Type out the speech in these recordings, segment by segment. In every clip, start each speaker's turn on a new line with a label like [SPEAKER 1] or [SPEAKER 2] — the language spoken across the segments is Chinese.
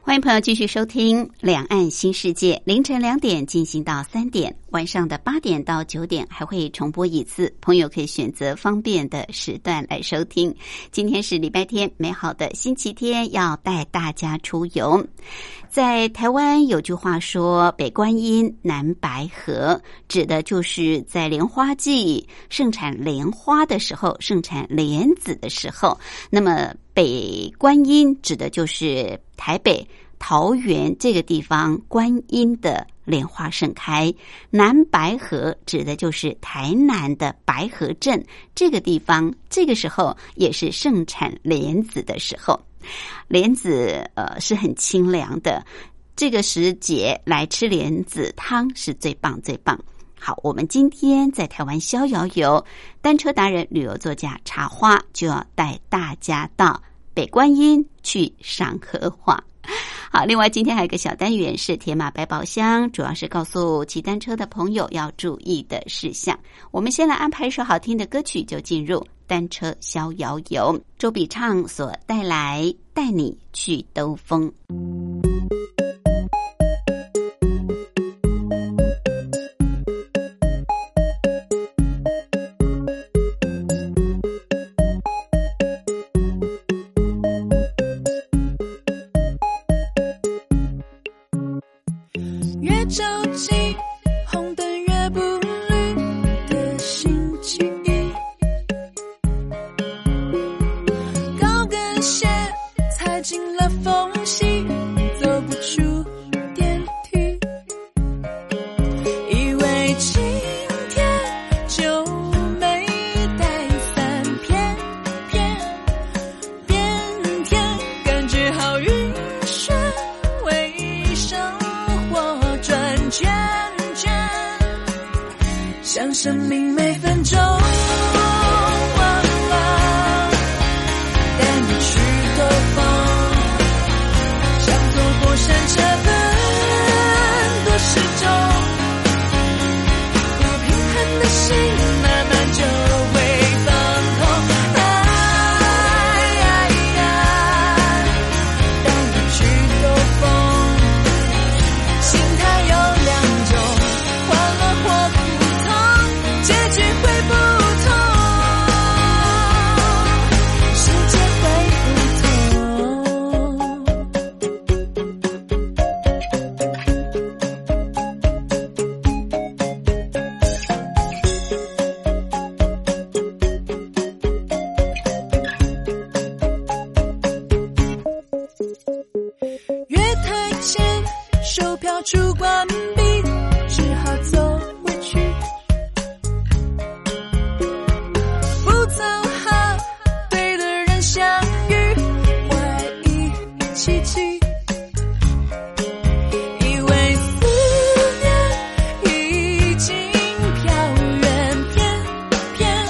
[SPEAKER 1] 欢迎朋友继续收听《两岸新世界》，凌晨两点进行到三点，晚上的八点到九点还会重播一次，朋友可以选择方便的时段来收听。今天是礼拜天，美好的星期天，要带大家出游。在台湾有句话说“北观音，南白河”，指的就是在莲花季盛产莲花的时候，盛产莲子的时候。那么北观音指的就是台北、桃园这个地方观音的莲花盛开；南白河指的就是台南的白河镇这个地方，这个时候也是盛产莲子的时候。莲子呃是很清凉的，这个时节来吃莲子汤是最棒最棒。好，我们今天在台湾逍遥游，单车达人、旅游作家茶花就要带大家到北观音去赏荷花。好，另外今天还有一个小单元是铁马百宝箱，主要是告诉骑单车的朋友要注意的事项。我们先来安排一首好听的歌曲，就进入单车逍遥游。周笔畅所带来《带你去兜风》。
[SPEAKER 2] 越着急，红灯越不绿的心情。高跟鞋踩进了缝隙，走不出电梯。以为今天就没带伞，偏偏变天，感觉好晕眩，为生活转圈圈，像生命每分钟。带你去兜风，像走过山车般多失重，不平衡的心慢慢就会放空。哎哎哎带你去兜风，心态有两种，欢乐或苦痛，结局会不同，世界会不同。月台前售票处关闭，只好走回去。不走和对的人相遇，怀疑奇迹。以为思念已经飘远，偏偏。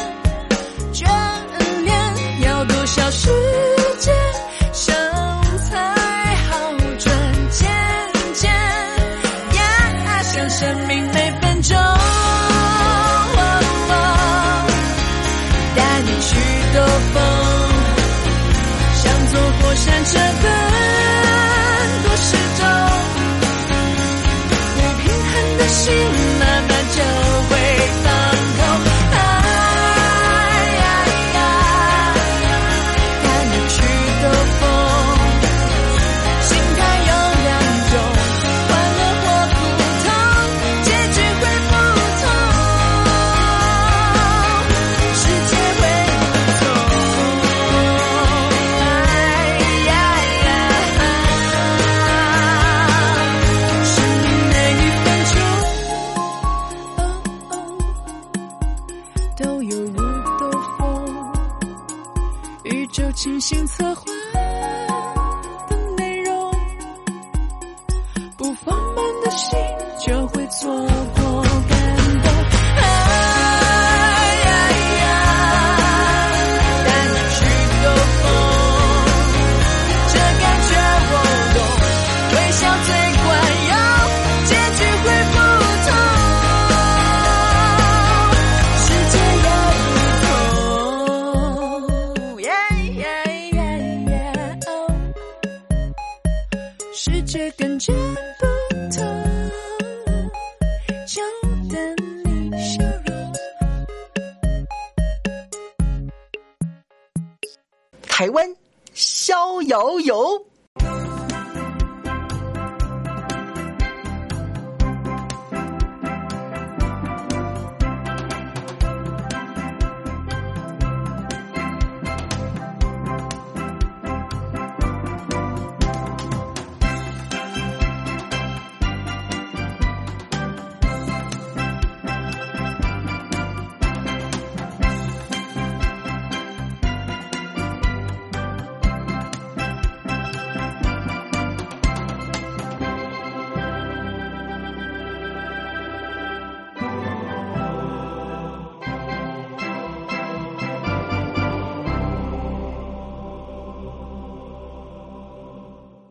[SPEAKER 2] 眷恋，要多少时间想才好转渐渐？呀，像生命每分钟。带你去兜风，像坐过山车般多失重，不平衡的心慢慢就会放空。哎呀呀，带你去兜风，心态有两种，欢乐或苦痛，结局会不同，世界会不同。哎呀呀，生命每一分钟。哦哦都有如兜风，精心策划的内容，不放慢的心就会错过感动。哎呀呀，带你去兜风，这感觉我懂。微笑最管用，结局会不同，世界要不同，耶耶耶耶哦世界感觉不同，就等你笑容。
[SPEAKER 3] 台湾逍遥游。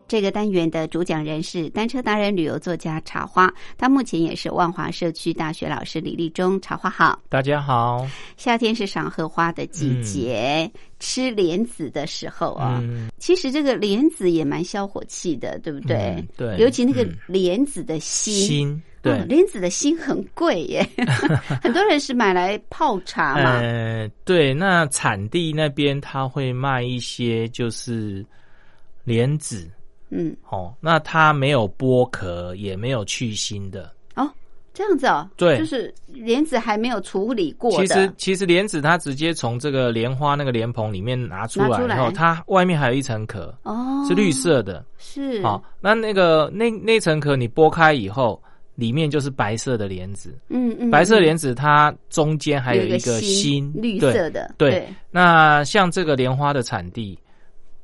[SPEAKER 1] 这个单元的主讲人是单车达人、旅游作家茶花，他目前也是万华社区大学老师李立忠。茶花好，
[SPEAKER 4] 大家好，
[SPEAKER 1] 夏天是赏荷花的季节，吃莲子的时候啊、
[SPEAKER 4] 嗯，
[SPEAKER 1] 其实这个莲子也蛮消火气的，对不对？
[SPEAKER 4] 嗯对
[SPEAKER 1] 尤其那个
[SPEAKER 4] 嗯
[SPEAKER 1] 莲子的心。
[SPEAKER 4] 心对
[SPEAKER 1] 哦，莲子的心很贵 耶，很多人是买来泡茶嘛。
[SPEAKER 4] 呃，对，那产地那边他会卖一些就是莲子
[SPEAKER 1] 嗯，
[SPEAKER 4] 哦，那它没有剥壳，也没有去心的。
[SPEAKER 1] 哦，这样子哦，
[SPEAKER 4] 对
[SPEAKER 1] 就是莲子还没有处理过的。
[SPEAKER 4] 其实其实莲子它直接从这个莲花那个莲蓬里面拿出
[SPEAKER 1] 拿
[SPEAKER 4] 来
[SPEAKER 1] 出
[SPEAKER 4] 以
[SPEAKER 1] 来
[SPEAKER 4] 后，它外面还有一层壳，
[SPEAKER 1] 哦，嗯
[SPEAKER 4] 是绿，色的。
[SPEAKER 1] 是
[SPEAKER 4] 好、那那个那那层壳你剥开以后，里面就是白色的莲子。
[SPEAKER 1] 嗯嗯，
[SPEAKER 4] 白色
[SPEAKER 1] 嗯
[SPEAKER 4] 莲子它中间还
[SPEAKER 1] 有
[SPEAKER 4] 一个
[SPEAKER 1] 心
[SPEAKER 4] 心，，
[SPEAKER 1] 绿
[SPEAKER 4] 对
[SPEAKER 1] 色的，
[SPEAKER 4] 对那像这个莲花的产地，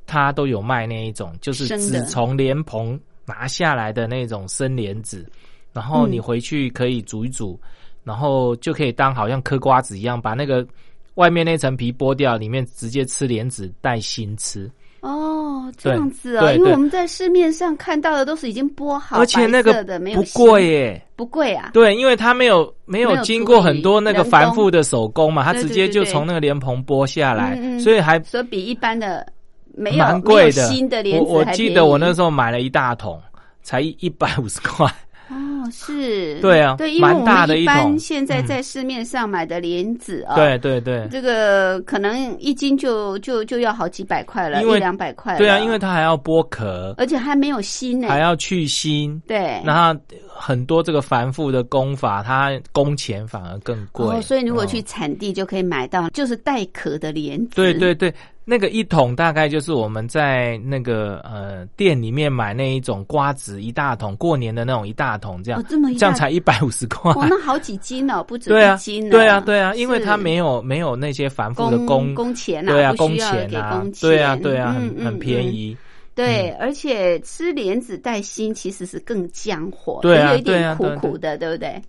[SPEAKER 4] 它都有卖那一种，就是
[SPEAKER 1] 生的
[SPEAKER 4] 只从莲蓬拿下来的那种生莲子，然后
[SPEAKER 1] 嗯
[SPEAKER 4] 你回去可以煮一煮，然后就可以当好像嗑瓜子一样，把那个外面那层皮剥掉，里面直接吃莲子带心吃。
[SPEAKER 1] 哦，这
[SPEAKER 4] 对
[SPEAKER 1] 样子啊，
[SPEAKER 4] 对
[SPEAKER 1] 因为
[SPEAKER 4] 对
[SPEAKER 1] 我们在市面上看到的都是已经剥好，
[SPEAKER 4] 而且那
[SPEAKER 1] 白
[SPEAKER 4] 个
[SPEAKER 1] 色的没有
[SPEAKER 4] 不
[SPEAKER 1] 心
[SPEAKER 4] 贵，耶，
[SPEAKER 1] 不贵啊，
[SPEAKER 4] 对，因为它没有没
[SPEAKER 1] 没
[SPEAKER 4] 有
[SPEAKER 1] 有
[SPEAKER 4] 经
[SPEAKER 1] 处
[SPEAKER 4] 过
[SPEAKER 1] 理
[SPEAKER 4] 很多那个
[SPEAKER 1] 人
[SPEAKER 4] 繁
[SPEAKER 1] 工
[SPEAKER 4] 复的手工嘛，它
[SPEAKER 1] 对
[SPEAKER 4] 直
[SPEAKER 1] 对
[SPEAKER 4] 接
[SPEAKER 1] 对
[SPEAKER 4] 就
[SPEAKER 1] 对
[SPEAKER 4] 从那个莲蓬剥下来，
[SPEAKER 1] 嗯嗯
[SPEAKER 4] 所以还
[SPEAKER 1] 所以比一般的没有
[SPEAKER 4] 蛮贵
[SPEAKER 1] 哎没有
[SPEAKER 4] 的，
[SPEAKER 1] 新的莲
[SPEAKER 4] 我
[SPEAKER 1] 子
[SPEAKER 4] 我
[SPEAKER 1] 还
[SPEAKER 4] 记
[SPEAKER 1] 便
[SPEAKER 4] 得
[SPEAKER 1] 宜
[SPEAKER 4] 我那时候买了一大桶，才一百五 十块。
[SPEAKER 1] 哦是，
[SPEAKER 4] 对啊
[SPEAKER 1] 对，因为
[SPEAKER 4] 蛮
[SPEAKER 1] 我
[SPEAKER 4] 大的
[SPEAKER 1] 们
[SPEAKER 4] 一
[SPEAKER 1] 般
[SPEAKER 4] 桶
[SPEAKER 1] 现在
[SPEAKER 4] 嗯
[SPEAKER 1] 在市面上买的莲子啊，。
[SPEAKER 4] 对对对，
[SPEAKER 1] 这个可能一斤就就就要好几百块了，
[SPEAKER 4] 因为
[SPEAKER 1] 一两百块了。
[SPEAKER 4] 对啊，因为它还要剥壳，
[SPEAKER 1] 而且还没有心呢、
[SPEAKER 4] 还要去腥，
[SPEAKER 1] 对，
[SPEAKER 4] 那很多这个繁复的工法，它工钱反而更贵。
[SPEAKER 1] 哦，所以如果
[SPEAKER 4] 嗯
[SPEAKER 1] 去产地就可以买到，就是带壳的莲子。
[SPEAKER 4] 对对对，那个一桶大概就是我们在那个呃店里面买那一种瓜子一大桶，过年的那种一大桶这样，
[SPEAKER 1] 哦这么一大
[SPEAKER 4] 这样才一百五十块。
[SPEAKER 1] 哇，那好几斤 哦，不止
[SPEAKER 4] 对啊
[SPEAKER 1] 一斤，呢、
[SPEAKER 4] 对啊，对啊，因为
[SPEAKER 1] 是
[SPEAKER 4] 它没有没有那些繁复的
[SPEAKER 1] 工
[SPEAKER 4] 工
[SPEAKER 1] 工钱
[SPEAKER 4] 对啊，
[SPEAKER 1] 不
[SPEAKER 4] 工
[SPEAKER 1] 需要
[SPEAKER 4] 钱
[SPEAKER 1] 给
[SPEAKER 4] 啊
[SPEAKER 1] 工，钱，
[SPEAKER 4] 对啊，对啊，
[SPEAKER 1] 嗯
[SPEAKER 4] 很很便。
[SPEAKER 1] 嗯嗯
[SPEAKER 4] 宜，
[SPEAKER 1] 对，而且吃莲子带心其实是更降火，
[SPEAKER 4] 对啊
[SPEAKER 1] 有一
[SPEAKER 4] 对
[SPEAKER 1] 点
[SPEAKER 4] 啊
[SPEAKER 1] 苦
[SPEAKER 4] 对啊
[SPEAKER 1] 苦的，对不对？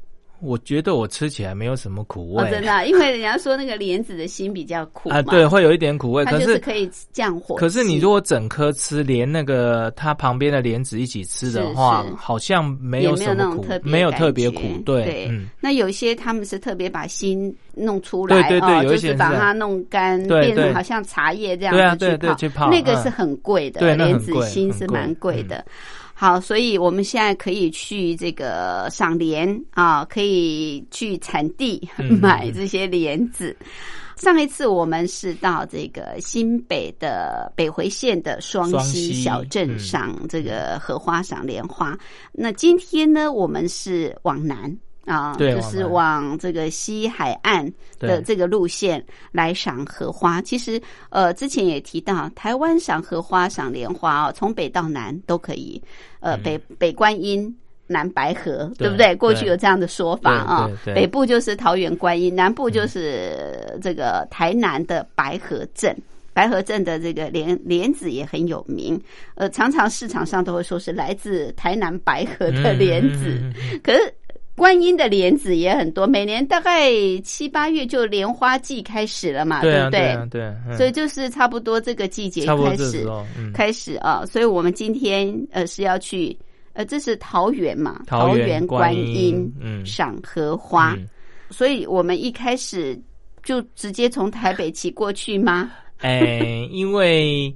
[SPEAKER 4] 我觉得我吃起来没有什么苦
[SPEAKER 1] 哦，真
[SPEAKER 4] 味
[SPEAKER 1] 的啊、因为人家说那个莲子的心比较苦嘛，
[SPEAKER 4] 啊，对，，会有一点苦味，
[SPEAKER 1] 它
[SPEAKER 4] 可
[SPEAKER 1] 就是
[SPEAKER 4] 是
[SPEAKER 1] 可以降火气。
[SPEAKER 4] 可是你如果整颗吃，连那个它旁边的莲子一起吃的话
[SPEAKER 1] 是是，
[SPEAKER 4] 好像没
[SPEAKER 1] 也
[SPEAKER 4] 有
[SPEAKER 1] 没有
[SPEAKER 4] 什
[SPEAKER 1] 那
[SPEAKER 4] 么
[SPEAKER 1] 种
[SPEAKER 4] 苦
[SPEAKER 1] 特，别
[SPEAKER 4] 没有
[SPEAKER 1] 感
[SPEAKER 4] 特别
[SPEAKER 1] 觉
[SPEAKER 4] 苦，对
[SPEAKER 1] 对，
[SPEAKER 4] 嗯，
[SPEAKER 1] 那有一些他们是特别把心弄出来，
[SPEAKER 4] 对对对
[SPEAKER 1] 哦、
[SPEAKER 4] 有
[SPEAKER 1] 就
[SPEAKER 4] 一些
[SPEAKER 1] 是
[SPEAKER 4] 人是
[SPEAKER 1] 把
[SPEAKER 4] 这样
[SPEAKER 1] 它弄干，
[SPEAKER 4] 对
[SPEAKER 1] 变成
[SPEAKER 4] 对
[SPEAKER 1] 好像茶叶这样
[SPEAKER 4] 对啊
[SPEAKER 1] 子
[SPEAKER 4] 对对去泡
[SPEAKER 1] 那个
[SPEAKER 4] 嗯
[SPEAKER 1] 是很贵的，
[SPEAKER 4] 对那
[SPEAKER 1] 莲
[SPEAKER 4] 很
[SPEAKER 1] 子
[SPEAKER 4] 贵
[SPEAKER 1] 心
[SPEAKER 4] 很
[SPEAKER 1] 是
[SPEAKER 4] 贵嗯
[SPEAKER 1] 蛮贵的。好，所以我们现在可以去这个赏莲啊，可以去产地
[SPEAKER 4] 嗯
[SPEAKER 1] 买这些莲子。上一次我们是到这个新北的北回县的双
[SPEAKER 4] 双
[SPEAKER 1] 溪
[SPEAKER 4] 溪
[SPEAKER 1] 小镇
[SPEAKER 4] 嗯
[SPEAKER 1] 赏这个荷花、赏莲花。那今天呢，我们是往南啊，
[SPEAKER 4] 对
[SPEAKER 1] 就是
[SPEAKER 4] 往
[SPEAKER 1] 往这个西海岸的
[SPEAKER 4] 对
[SPEAKER 1] 这个路线来赏荷花。其实，呃，之前也提到，台湾赏荷花、赏莲花哦，从北到南都可以。呃，北北观音。南白河，对
[SPEAKER 4] 嗯对
[SPEAKER 1] 不对？过去
[SPEAKER 4] 对
[SPEAKER 1] 有这样的说法啊
[SPEAKER 4] 对对，对嗯
[SPEAKER 1] 北部就是桃园观音，南部就是这个台南的白河镇。白河镇的这个莲莲子也很有名，呃，常常市场上都会说是来自台南白河的莲子，
[SPEAKER 4] 嗯嗯嗯嗯
[SPEAKER 1] 可是观音的莲子也很多，每年大概七八月就莲花季开始了嘛，
[SPEAKER 4] 对啊
[SPEAKER 1] 不
[SPEAKER 4] 对啊对啊，嗯
[SPEAKER 1] 所以就是差不多这个季节
[SPEAKER 4] 差不多
[SPEAKER 1] 开
[SPEAKER 4] 这
[SPEAKER 1] 始
[SPEAKER 4] 时候，嗯，
[SPEAKER 1] 开始啊，所以我们今天呃是要去呃这是桃园嘛，
[SPEAKER 4] 桃园
[SPEAKER 1] 园观
[SPEAKER 4] 音，嗯，
[SPEAKER 1] 赏荷花，
[SPEAKER 4] 嗯
[SPEAKER 1] 所以我们一开始就直接从台北骑过去吗？
[SPEAKER 4] 哎、因为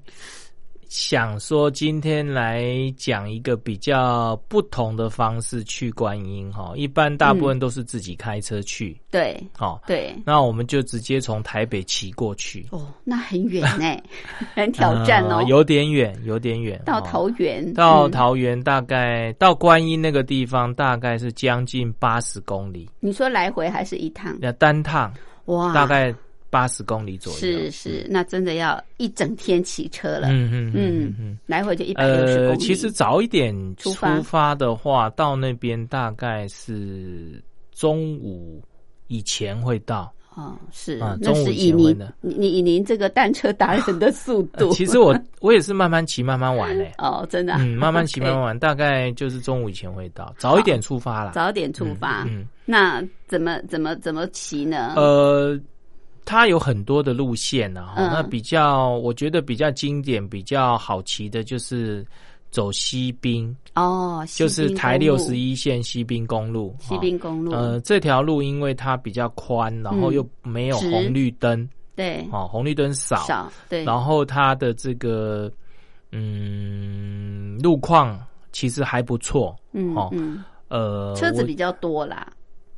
[SPEAKER 4] 想说今天来讲一个比较不同的方式去观音哈，一般大
[SPEAKER 1] 嗯
[SPEAKER 4] 部分都是自己开车去
[SPEAKER 1] 对
[SPEAKER 4] 哈、
[SPEAKER 1] 对，
[SPEAKER 4] 那我们就直接从台北骑过去，
[SPEAKER 1] 哦，那很远呢、 很挑战哦，
[SPEAKER 4] 呃有点远，有点远，
[SPEAKER 1] 到
[SPEAKER 4] 哦
[SPEAKER 1] 桃园，
[SPEAKER 4] 到
[SPEAKER 1] 嗯
[SPEAKER 4] 桃园大概、到观音那个地方大概是将近八十公里，
[SPEAKER 1] 你说来回还是一趟？
[SPEAKER 4] 那单趟
[SPEAKER 1] 哇，
[SPEAKER 4] 大概八十公里左右，嗯
[SPEAKER 1] 是是，那真的要一整天骑车了，
[SPEAKER 4] 嗯嗯嗯
[SPEAKER 1] 嗯
[SPEAKER 4] 嗯。
[SPEAKER 1] 来回就一百六十公
[SPEAKER 4] 呃，
[SPEAKER 1] 里。
[SPEAKER 4] 其实早一点出
[SPEAKER 1] 出发
[SPEAKER 4] 发的话，到那边大概是中午以前会到。
[SPEAKER 1] 哦，是
[SPEAKER 4] 啊，
[SPEAKER 1] 那
[SPEAKER 4] 中午
[SPEAKER 1] 是
[SPEAKER 4] 以
[SPEAKER 1] 以
[SPEAKER 4] 前
[SPEAKER 1] 您
[SPEAKER 4] 会的
[SPEAKER 1] 你你以您这个单车达人的速
[SPEAKER 4] 呃
[SPEAKER 1] 度，
[SPEAKER 4] 其实我我也是慢慢骑，慢慢玩嘞、 欸
[SPEAKER 1] 哦，真的啊，
[SPEAKER 4] 嗯，慢慢骑，慢
[SPEAKER 1] OK
[SPEAKER 4] 慢玩，大概就是中午以前会到，早一点出发啦。
[SPEAKER 1] 早啊点出发。
[SPEAKER 4] 嗯，
[SPEAKER 1] 那怎么怎么怎么骑呢？
[SPEAKER 4] 呃，它有很多的路线呢、哈、
[SPEAKER 1] 嗯
[SPEAKER 4] 那比较我觉得比较经典、比较好骑的就是走西滨，
[SPEAKER 1] 哦，
[SPEAKER 4] 就是台六
[SPEAKER 1] 六
[SPEAKER 4] 十一线西滨公路，
[SPEAKER 1] 西
[SPEAKER 4] 哈
[SPEAKER 1] 滨公路，
[SPEAKER 4] 呃，这条路因为它比较宽，然后
[SPEAKER 1] 嗯
[SPEAKER 4] 又没有
[SPEAKER 1] 直
[SPEAKER 4] 红绿灯，
[SPEAKER 1] 对，
[SPEAKER 4] 哦，红绿灯少，
[SPEAKER 1] 少对，
[SPEAKER 4] 然后它的这个嗯路况其实还不错，
[SPEAKER 1] 嗯
[SPEAKER 4] 哦
[SPEAKER 1] 嗯，
[SPEAKER 4] 呃，
[SPEAKER 1] 车子
[SPEAKER 4] 我
[SPEAKER 1] 比较多啦。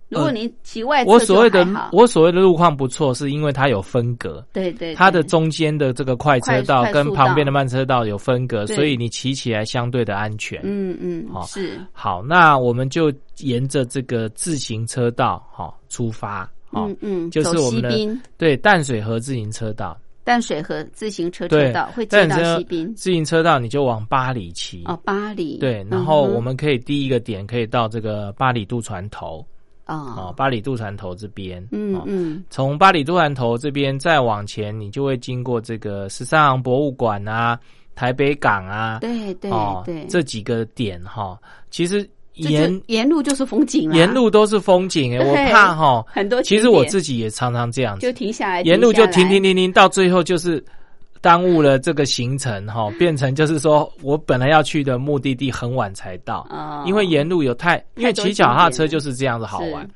[SPEAKER 1] 如果您骑外侧
[SPEAKER 4] 我所谓的
[SPEAKER 1] 就还好
[SPEAKER 4] 我所谓的路况不错，是因为它有分隔。
[SPEAKER 1] 对对，
[SPEAKER 4] 它的
[SPEAKER 1] 对
[SPEAKER 4] 中间的这个快车
[SPEAKER 1] 快
[SPEAKER 4] 道
[SPEAKER 1] 快
[SPEAKER 4] 跟
[SPEAKER 1] 速
[SPEAKER 4] 旁边的
[SPEAKER 1] 道
[SPEAKER 4] 慢车道有分隔，
[SPEAKER 1] 对
[SPEAKER 4] 所以你骑起来相对的安全。
[SPEAKER 1] 嗯嗯
[SPEAKER 4] 哦
[SPEAKER 1] 是
[SPEAKER 4] 好，那我们就沿着这个自行车道哈、哦出发哈、哦
[SPEAKER 1] 嗯嗯，
[SPEAKER 4] 就是
[SPEAKER 1] 走
[SPEAKER 4] 我们
[SPEAKER 1] 西
[SPEAKER 4] 的
[SPEAKER 1] 滨
[SPEAKER 4] 对淡水河自行车道。
[SPEAKER 1] 淡水河自行车
[SPEAKER 4] 对
[SPEAKER 1] 车道会接
[SPEAKER 4] 但
[SPEAKER 1] 到
[SPEAKER 4] 车
[SPEAKER 1] 西滨
[SPEAKER 4] 自行车道你就往巴黎骑。
[SPEAKER 1] 哦，巴黎嗯
[SPEAKER 4] 对，然后我们可以第一个点可以到这个巴黎渡船头哦
[SPEAKER 1] 啊，，
[SPEAKER 4] 巴黎渡船头这边，
[SPEAKER 1] 嗯
[SPEAKER 4] 哦，
[SPEAKER 1] 嗯
[SPEAKER 4] 从巴黎渡船头这边再往前，你就会经过这个十三行博物馆啊、台北港啊，
[SPEAKER 1] 对对
[SPEAKER 4] 哦
[SPEAKER 1] 对，
[SPEAKER 4] 这几个点哈、其实
[SPEAKER 1] 这就
[SPEAKER 4] 沿
[SPEAKER 1] 沿路就是风景啦，
[SPEAKER 4] 沿路都是风景诶、
[SPEAKER 1] 对
[SPEAKER 4] 我怕哈、
[SPEAKER 1] 很多景
[SPEAKER 4] 其
[SPEAKER 1] 点，
[SPEAKER 4] 实我自己也常常这样子
[SPEAKER 1] 就，停下来，
[SPEAKER 4] 沿路就停
[SPEAKER 1] 哎停
[SPEAKER 4] 停停停，到最后就是耽误了这个行程哈、变成就是说我本来要去的目的地很晚才到，
[SPEAKER 1] 啊，哦
[SPEAKER 4] 因为沿路有太因
[SPEAKER 1] 太
[SPEAKER 4] 为
[SPEAKER 1] 多
[SPEAKER 4] 骑脚踏
[SPEAKER 1] 景点了
[SPEAKER 4] 车就是这样子好玩
[SPEAKER 1] 是，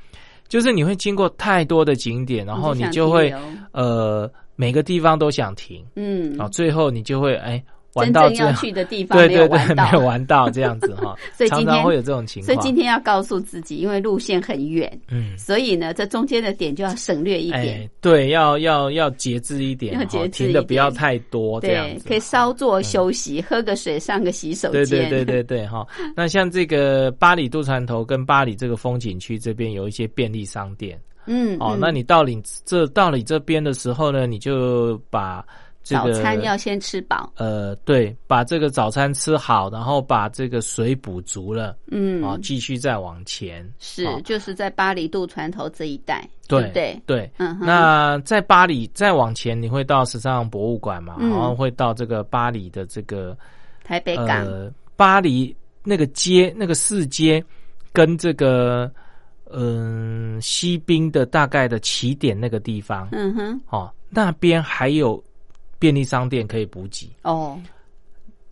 [SPEAKER 4] 就是你会经过太多的景点，然后你
[SPEAKER 1] 想
[SPEAKER 4] 就
[SPEAKER 1] 停
[SPEAKER 4] 会
[SPEAKER 1] 留
[SPEAKER 4] 呃每个地方都想停，
[SPEAKER 1] 嗯
[SPEAKER 4] 然后最后你就会哎啊玩
[SPEAKER 1] 真
[SPEAKER 4] 到
[SPEAKER 1] 正
[SPEAKER 4] 最
[SPEAKER 1] 要
[SPEAKER 4] 后
[SPEAKER 1] 去的 地方
[SPEAKER 4] 对
[SPEAKER 1] 没
[SPEAKER 4] 对
[SPEAKER 1] 有
[SPEAKER 4] 对
[SPEAKER 1] 玩
[SPEAKER 4] 没
[SPEAKER 1] 到。，
[SPEAKER 4] 有玩到这样子哈
[SPEAKER 1] 所以
[SPEAKER 4] 常
[SPEAKER 1] 今
[SPEAKER 4] 常
[SPEAKER 1] 天
[SPEAKER 4] 会有这种情
[SPEAKER 1] 所
[SPEAKER 4] 况
[SPEAKER 1] 以，今天要告诉自己，因为路线很远，
[SPEAKER 4] 嗯。
[SPEAKER 1] 所以呢，这中间的点就要省略一点
[SPEAKER 4] 哎，，对，要要要节制一点
[SPEAKER 1] 要
[SPEAKER 4] 哈，
[SPEAKER 1] 节制
[SPEAKER 4] 停的
[SPEAKER 1] 一
[SPEAKER 4] 不要
[SPEAKER 1] 点
[SPEAKER 4] 太多，这样
[SPEAKER 1] 对，
[SPEAKER 4] 子
[SPEAKER 1] 可以
[SPEAKER 4] 哈
[SPEAKER 1] 稍作休息，喝个水，上个洗手
[SPEAKER 4] 对
[SPEAKER 1] 间，
[SPEAKER 4] 对对 对对哈。那像这个巴黎渡船头跟巴黎这个风景区这边有一些便利商店
[SPEAKER 1] 嗯，
[SPEAKER 4] 哦。
[SPEAKER 1] 嗯
[SPEAKER 4] 那你到你这到你这边的时候呢，你就把这
[SPEAKER 1] 早
[SPEAKER 4] 个
[SPEAKER 1] 餐要先吃饱，
[SPEAKER 4] 呃对，把这个早餐吃好，然后把这个水补足了
[SPEAKER 1] 嗯，
[SPEAKER 4] 哦，继续再往前。
[SPEAKER 1] 是
[SPEAKER 4] 哦，
[SPEAKER 1] 就是在巴黎渡船头这一带，
[SPEAKER 4] 对
[SPEAKER 1] 不对？
[SPEAKER 4] 对，
[SPEAKER 1] 嗯哼，
[SPEAKER 4] 那在巴黎再往前，你会到时尚博物馆嘛，
[SPEAKER 1] 嗯
[SPEAKER 4] 然后会到这个巴黎的这个
[SPEAKER 1] 台北港，
[SPEAKER 4] 呃、巴黎那个街那个市街跟这个嗯、西滨的大概的起点那个地方、
[SPEAKER 1] 嗯哼，
[SPEAKER 4] 哦，那边还有便利商店可以补给。
[SPEAKER 1] 哦，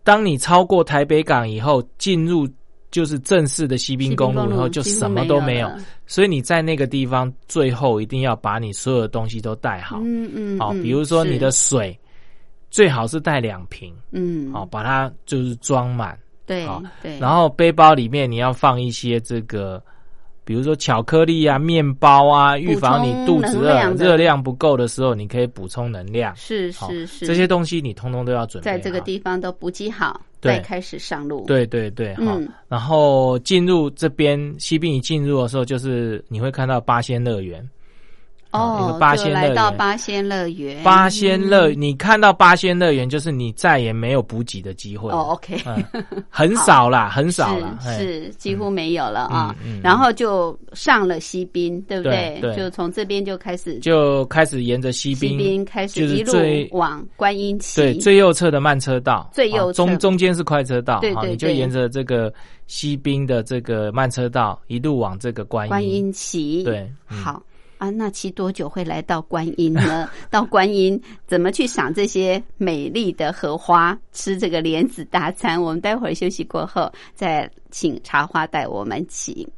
[SPEAKER 4] 当你超过台北港以后，进入就是正式的西滨公路以后，就
[SPEAKER 1] 几乎
[SPEAKER 4] 什么都没有。
[SPEAKER 1] 了
[SPEAKER 4] 所以你在那个地方最后一定要把你所有的东西都带好。
[SPEAKER 1] 嗯嗯，
[SPEAKER 4] 哦，
[SPEAKER 1] 嗯
[SPEAKER 4] 比如说你的，
[SPEAKER 1] 是
[SPEAKER 4] 水最好是带两瓶，
[SPEAKER 1] 嗯，
[SPEAKER 4] 哦，，把它就是装满。
[SPEAKER 1] 对
[SPEAKER 4] 好
[SPEAKER 1] 对，
[SPEAKER 4] 然后背包里面你要放一些这个，比如说巧克力啊、面包啊，预防你肚子
[SPEAKER 1] 能
[SPEAKER 4] 饿、
[SPEAKER 1] 量的
[SPEAKER 4] 热量不够的时候，你可以补充能量。
[SPEAKER 1] 是
[SPEAKER 4] 好
[SPEAKER 1] 是是，
[SPEAKER 4] 这些东西你通通都要准备。
[SPEAKER 1] 在这个，地方都补给好，
[SPEAKER 4] 对
[SPEAKER 1] 再开始上路，，
[SPEAKER 4] 对对对，哈、
[SPEAKER 1] 嗯
[SPEAKER 4] 然后进入这边西滨一进入的时候，就是你会看到八仙乐园。哦那
[SPEAKER 1] 哦
[SPEAKER 4] 个，八
[SPEAKER 1] 就
[SPEAKER 4] 仙乐
[SPEAKER 1] 来到
[SPEAKER 4] 园
[SPEAKER 1] 八仙乐园，
[SPEAKER 4] 八仙乐，你看到八仙乐园，就是你再也没有补给的机会了。
[SPEAKER 1] 哦，OK，
[SPEAKER 4] 嗯，很少啦，很少啦。哎
[SPEAKER 1] 是
[SPEAKER 4] 嘿
[SPEAKER 1] 是几乎没有了啊
[SPEAKER 4] 嗯嗯嗯。
[SPEAKER 1] 然后就上了西滨，对不
[SPEAKER 4] 对对
[SPEAKER 1] 就从这边就开始
[SPEAKER 4] 就开始沿着西
[SPEAKER 1] 西
[SPEAKER 4] 滨，
[SPEAKER 1] 滨开始
[SPEAKER 4] 就是
[SPEAKER 1] 一路
[SPEAKER 4] 最
[SPEAKER 1] 往观音崎，
[SPEAKER 4] 对最右侧的慢车道，
[SPEAKER 1] 最右
[SPEAKER 4] 啊
[SPEAKER 1] 侧
[SPEAKER 4] 中中间是快车道，
[SPEAKER 1] 对
[SPEAKER 4] 好
[SPEAKER 1] 对
[SPEAKER 4] 你就
[SPEAKER 1] 对
[SPEAKER 4] 沿着这个西滨的这个慢车道一路往这个观音。
[SPEAKER 1] 观音崎。
[SPEAKER 4] 对嗯
[SPEAKER 1] 好啊，那骑多久会来到观音呢？到观音怎么去赏这些美丽的荷花，吃这个莲子大餐？我们待会儿休息过后再请茶花带我们骑。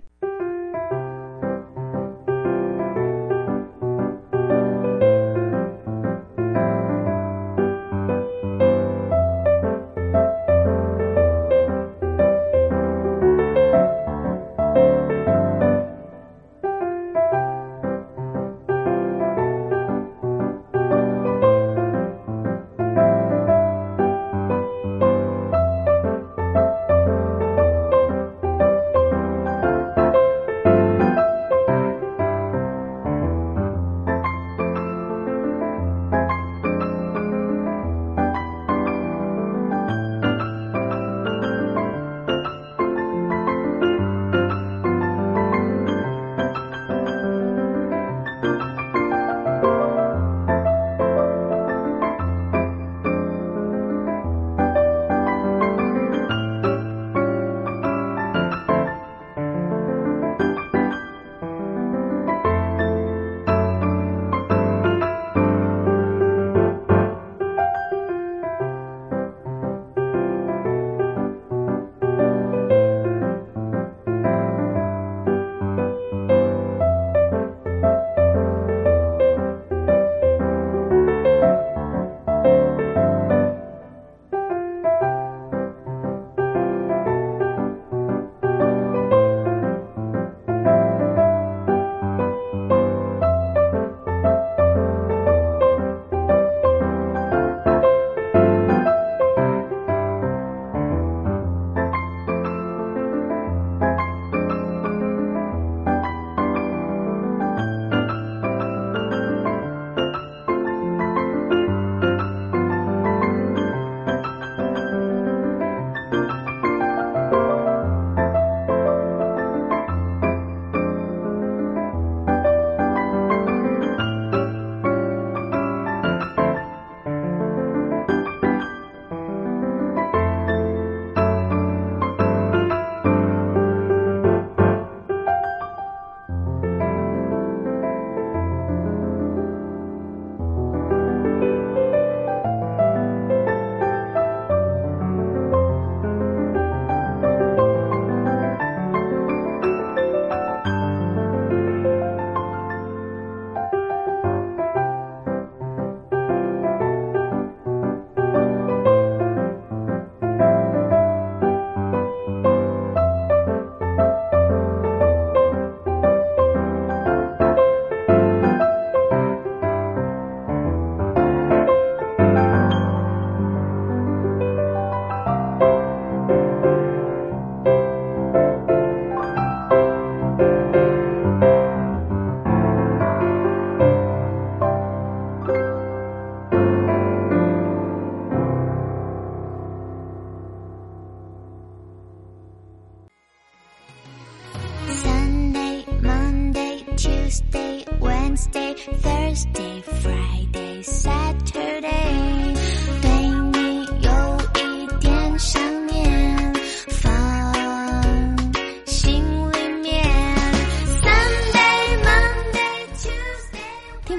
[SPEAKER 2] Sunday, Monday, Tuesday, Wednesday, Thursday, Friday, Saturday。对你有一点想念，放心里面。Sunday, Monday, Tuesday。
[SPEAKER 5] 听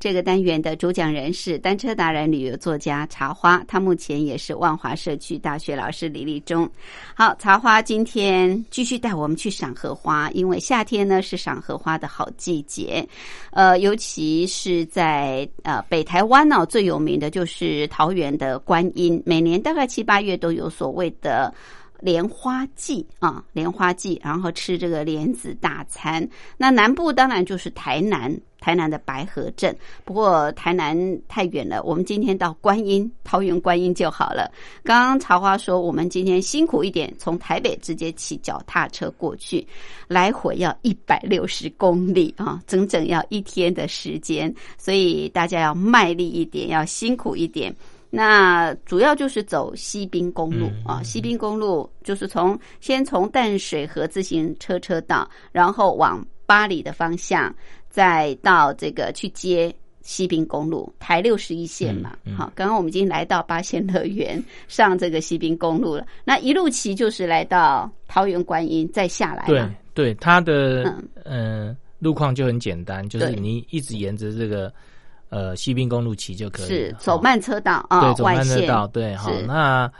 [SPEAKER 1] 这个单元的主讲人是单车达人、旅游作家茶花，他目前也是万华社区大学老师李立忠。好，茶花今天继续带我们去赏荷花，因为夏天呢是赏荷花的好季节。呃，尤其是在呃北台湾呢、最有名的就是桃园的观音，每年大概七八月都有所谓的。莲花季啊，莲花季，然后吃这个莲子大餐。那南部当然就是台南，台南的白河镇。不过台南太远了，我们今天到观音，桃园观音就好了。刚刚茶花说，我们今天辛苦一点，从台北直接骑脚踏车过去，来回要一百六十公里啊，整整要一天的时间。所以大家要卖力一点，要辛苦一点。那主要就是走西滨公路
[SPEAKER 4] 嗯
[SPEAKER 1] 啊，西滨公路就是从先从淡水河自行车车道，然后往巴黎的方向，再到这个去接西滨公路台六十一线嘛。
[SPEAKER 4] 嗯嗯
[SPEAKER 1] 好，刚刚我们已经来到八仙乐园，上这个西滨公路了。那一路骑就是来到桃园观音，再下来
[SPEAKER 4] 对
[SPEAKER 1] 嘛。
[SPEAKER 4] 对，它的
[SPEAKER 1] 嗯
[SPEAKER 4] 嗯、呃路况就很简单，就是
[SPEAKER 1] 对
[SPEAKER 4] 你一直沿着这个呃西滨公路骑就可以
[SPEAKER 1] 是
[SPEAKER 4] 了
[SPEAKER 1] 走
[SPEAKER 4] 哈
[SPEAKER 1] 慢车道啊，
[SPEAKER 4] 对，走
[SPEAKER 1] 外
[SPEAKER 4] 慢
[SPEAKER 1] 线
[SPEAKER 4] 车道，对，好
[SPEAKER 1] 是，
[SPEAKER 4] 那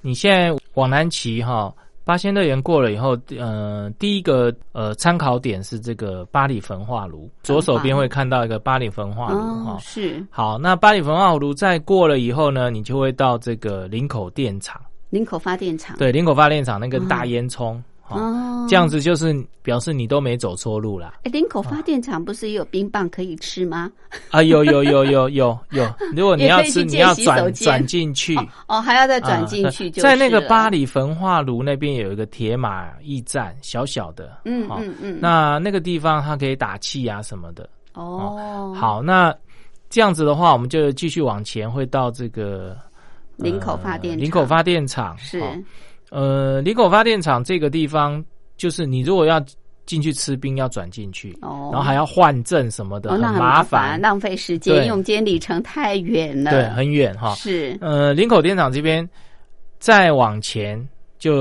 [SPEAKER 4] 你现在往南骑哈，八仙乐园过了以后，呃，第一个呃参考点是这个八里焚化炉，左手边会看到一个八里焚化炉哈。
[SPEAKER 1] 哦，是
[SPEAKER 4] 好，那八里焚化炉再过了以后呢，你就会到这个林口电厂，
[SPEAKER 1] 林口发电厂
[SPEAKER 4] 对，林口发电厂那个大
[SPEAKER 1] 嗯
[SPEAKER 4] 烟囱，哈、
[SPEAKER 1] 哦，
[SPEAKER 4] 这样子就是表示你都没走错路啦。
[SPEAKER 1] 哎，林口发电厂不是也有冰棒可以吃吗？
[SPEAKER 4] 啊，有有有有有有，如果你
[SPEAKER 1] 也可
[SPEAKER 4] 要
[SPEAKER 1] 以
[SPEAKER 4] 吃，
[SPEAKER 1] 去
[SPEAKER 4] 你
[SPEAKER 1] 借
[SPEAKER 4] 要
[SPEAKER 1] 洗手
[SPEAKER 4] 转
[SPEAKER 1] 间
[SPEAKER 4] 转进去。
[SPEAKER 1] 哦，还要再
[SPEAKER 4] 啊
[SPEAKER 1] 转进
[SPEAKER 4] 对
[SPEAKER 1] 去就、
[SPEAKER 4] 在那个巴，黎焚化炉那边有一个铁马驿站，小小的，
[SPEAKER 1] 嗯
[SPEAKER 4] 好
[SPEAKER 1] 嗯嗯，
[SPEAKER 4] 那那个地方它可以打气啊什么的。
[SPEAKER 1] 哦，，
[SPEAKER 4] 好，呃那这样子的话，我们就继续往前，会到这个呃
[SPEAKER 1] 林口发电厂
[SPEAKER 4] 林口发电厂
[SPEAKER 1] 是
[SPEAKER 4] 好呃，林口发电厂这个地方，就是你如果要进去吃冰，要转进去，
[SPEAKER 1] 哦，
[SPEAKER 4] 然后还要换证什么的，
[SPEAKER 1] 哦，那很
[SPEAKER 4] 麻
[SPEAKER 1] 烦，浪费时间，
[SPEAKER 4] 对
[SPEAKER 1] 因为我们今天里程太远了，
[SPEAKER 4] 对，很远哈。
[SPEAKER 1] 是
[SPEAKER 4] 呃，林口电厂这边再往前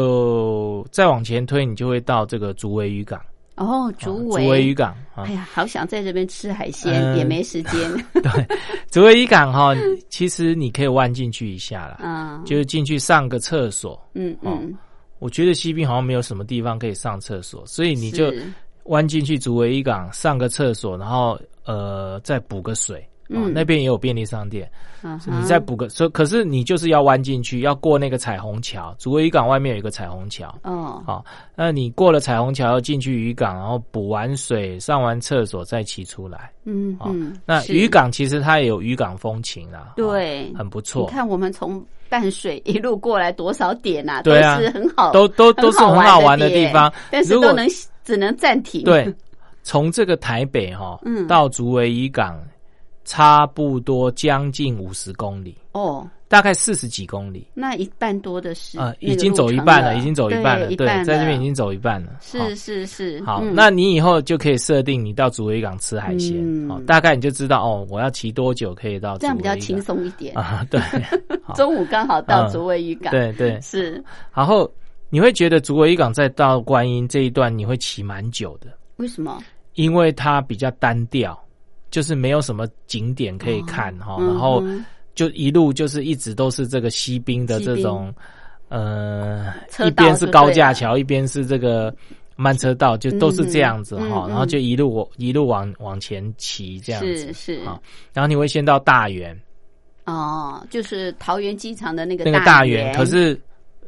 [SPEAKER 4] 就再往前推，你就会到这个竹围渔港。
[SPEAKER 1] 哦，
[SPEAKER 4] 啊
[SPEAKER 1] 竹
[SPEAKER 4] 竹围渔
[SPEAKER 1] 围。
[SPEAKER 4] 港啊
[SPEAKER 1] 哎，呀，好想在这边吃海鲜，
[SPEAKER 4] 嗯
[SPEAKER 1] 也没时 间。
[SPEAKER 4] 竹围渔港哈，其实你可以弯进去一下啦，
[SPEAKER 1] 嗯，
[SPEAKER 4] 就是哦进去上个厕所。
[SPEAKER 1] 嗯嗯，
[SPEAKER 4] 我觉得西滨好像没有什么地方可以上厕所，所以你就是弯进去竹围渔港上个厕所，然后呃再补个水。啊
[SPEAKER 1] 嗯
[SPEAKER 4] 那边也有便利商店，
[SPEAKER 1] 嗯
[SPEAKER 4] 你
[SPEAKER 1] 哼
[SPEAKER 4] 再补个，所以可是你就是要弯进去，要过那个彩虹桥，竹围渔港外面有一个彩虹桥，
[SPEAKER 1] 哦，
[SPEAKER 4] 好，那你过了彩虹桥进去渔港，然后补完水、上完厕所再骑出来。
[SPEAKER 1] 嗯嗯，
[SPEAKER 4] 那
[SPEAKER 1] 是
[SPEAKER 4] 渔港其实它也有渔港风情啦，
[SPEAKER 1] 对
[SPEAKER 4] 哦很不
[SPEAKER 1] 你
[SPEAKER 4] 错，
[SPEAKER 1] 看我们从淡水一路过来多少点啊，
[SPEAKER 4] 对啊
[SPEAKER 1] 都是很好，
[SPEAKER 4] 都都都是很好玩
[SPEAKER 1] 的
[SPEAKER 4] 的地方。
[SPEAKER 1] 但是
[SPEAKER 4] 如
[SPEAKER 1] 都
[SPEAKER 4] 果
[SPEAKER 1] 能只能暂停。
[SPEAKER 4] 对，从这个台北哈、
[SPEAKER 1] 嗯
[SPEAKER 4] 到竹围渔港，差不多将近五十公里，
[SPEAKER 1] 哦，
[SPEAKER 4] 大概四十几公里。
[SPEAKER 1] 那一半多的是
[SPEAKER 4] 呃，
[SPEAKER 1] 那个
[SPEAKER 4] 已经走一
[SPEAKER 1] 路程
[SPEAKER 4] 半
[SPEAKER 1] 了，
[SPEAKER 4] 了，已经走一半了，
[SPEAKER 1] 对，
[SPEAKER 4] 对，在这边已
[SPEAKER 1] 经
[SPEAKER 4] 经走一半了。好
[SPEAKER 1] 是是是。
[SPEAKER 4] 好，
[SPEAKER 1] 嗯
[SPEAKER 4] 那你以后就可以设定你到竹围港吃海鲜，
[SPEAKER 1] 嗯
[SPEAKER 4] 哦，大概你就知道哦，我要骑多久可以到
[SPEAKER 1] 这样比较
[SPEAKER 4] 竹围
[SPEAKER 1] 轻
[SPEAKER 4] 港
[SPEAKER 1] 松一点。
[SPEAKER 4] 啊？ 对，好
[SPEAKER 1] 中午刚好到
[SPEAKER 4] 嗯
[SPEAKER 1] 竹围渔港，
[SPEAKER 4] 对对，
[SPEAKER 1] 是
[SPEAKER 4] 然后你会觉得竹围港再到观音这一段你会骑蛮久的，
[SPEAKER 1] 为什么？
[SPEAKER 4] 因为它比较单调，就是没有什么景点可以看哈、
[SPEAKER 1] 嗯
[SPEAKER 4] 然后
[SPEAKER 1] 哼
[SPEAKER 4] 就一路就是一直都是这个西滨的
[SPEAKER 1] 西
[SPEAKER 4] 这
[SPEAKER 1] 滨
[SPEAKER 4] 种，呃，
[SPEAKER 1] 车
[SPEAKER 4] 一
[SPEAKER 1] 道
[SPEAKER 4] 边是
[SPEAKER 1] 就
[SPEAKER 4] 高
[SPEAKER 1] 对
[SPEAKER 4] 架
[SPEAKER 1] 了
[SPEAKER 4] 桥，一边是这个慢车道，就都是这样子
[SPEAKER 1] 嗯
[SPEAKER 4] 哈、
[SPEAKER 1] 嗯
[SPEAKER 4] 然后
[SPEAKER 1] 嗯
[SPEAKER 4] 就一路一路往往前骑这样子
[SPEAKER 1] 是，是
[SPEAKER 4] 好然后你会先到大园
[SPEAKER 1] 哦，就是桃园机场的那个
[SPEAKER 4] 那个
[SPEAKER 1] 大
[SPEAKER 4] 园，可是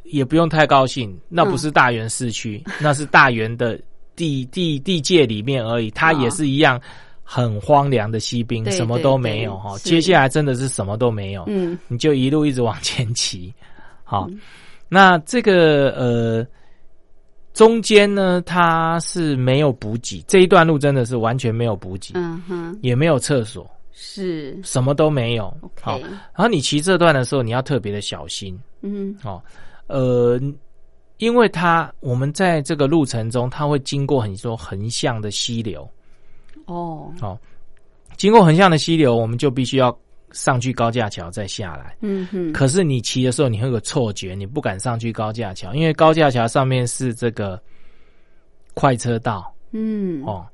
[SPEAKER 4] 也不用太高兴，那不
[SPEAKER 1] 嗯
[SPEAKER 4] 是大园市区，那是大园的 地地地界里面而已，它也
[SPEAKER 1] 哦
[SPEAKER 4] 是一样。很荒凉的西滨，
[SPEAKER 1] 对
[SPEAKER 4] 什么
[SPEAKER 1] 对
[SPEAKER 4] 都
[SPEAKER 1] 对
[SPEAKER 4] 没有哈。
[SPEAKER 1] 是
[SPEAKER 4] 接下来真的是什么都没有，
[SPEAKER 1] 嗯
[SPEAKER 4] 你就一路一直往前 骑。好，那这个呃中间呢，它是没有补给，这一段路真的是完全没有补给，
[SPEAKER 1] 嗯哼
[SPEAKER 4] 也没有厕所，
[SPEAKER 1] 是
[SPEAKER 4] 什么都没有。好
[SPEAKER 1] OK，
[SPEAKER 4] 然后你骑这段的时候，你要特别的小心
[SPEAKER 1] 嗯
[SPEAKER 4] 哦，呃。因为它，我们在这个路程中，它会经过很多横向的溪流，
[SPEAKER 1] 哦
[SPEAKER 4] 哦，经过横向的溪流，我们就必须要上去高架桥再下来。
[SPEAKER 1] 嗯哼
[SPEAKER 4] 可是你骑的时候，你会有个错觉，你不敢上去高架桥，因为高架桥上面是这个快车道
[SPEAKER 1] 嗯
[SPEAKER 4] 哦，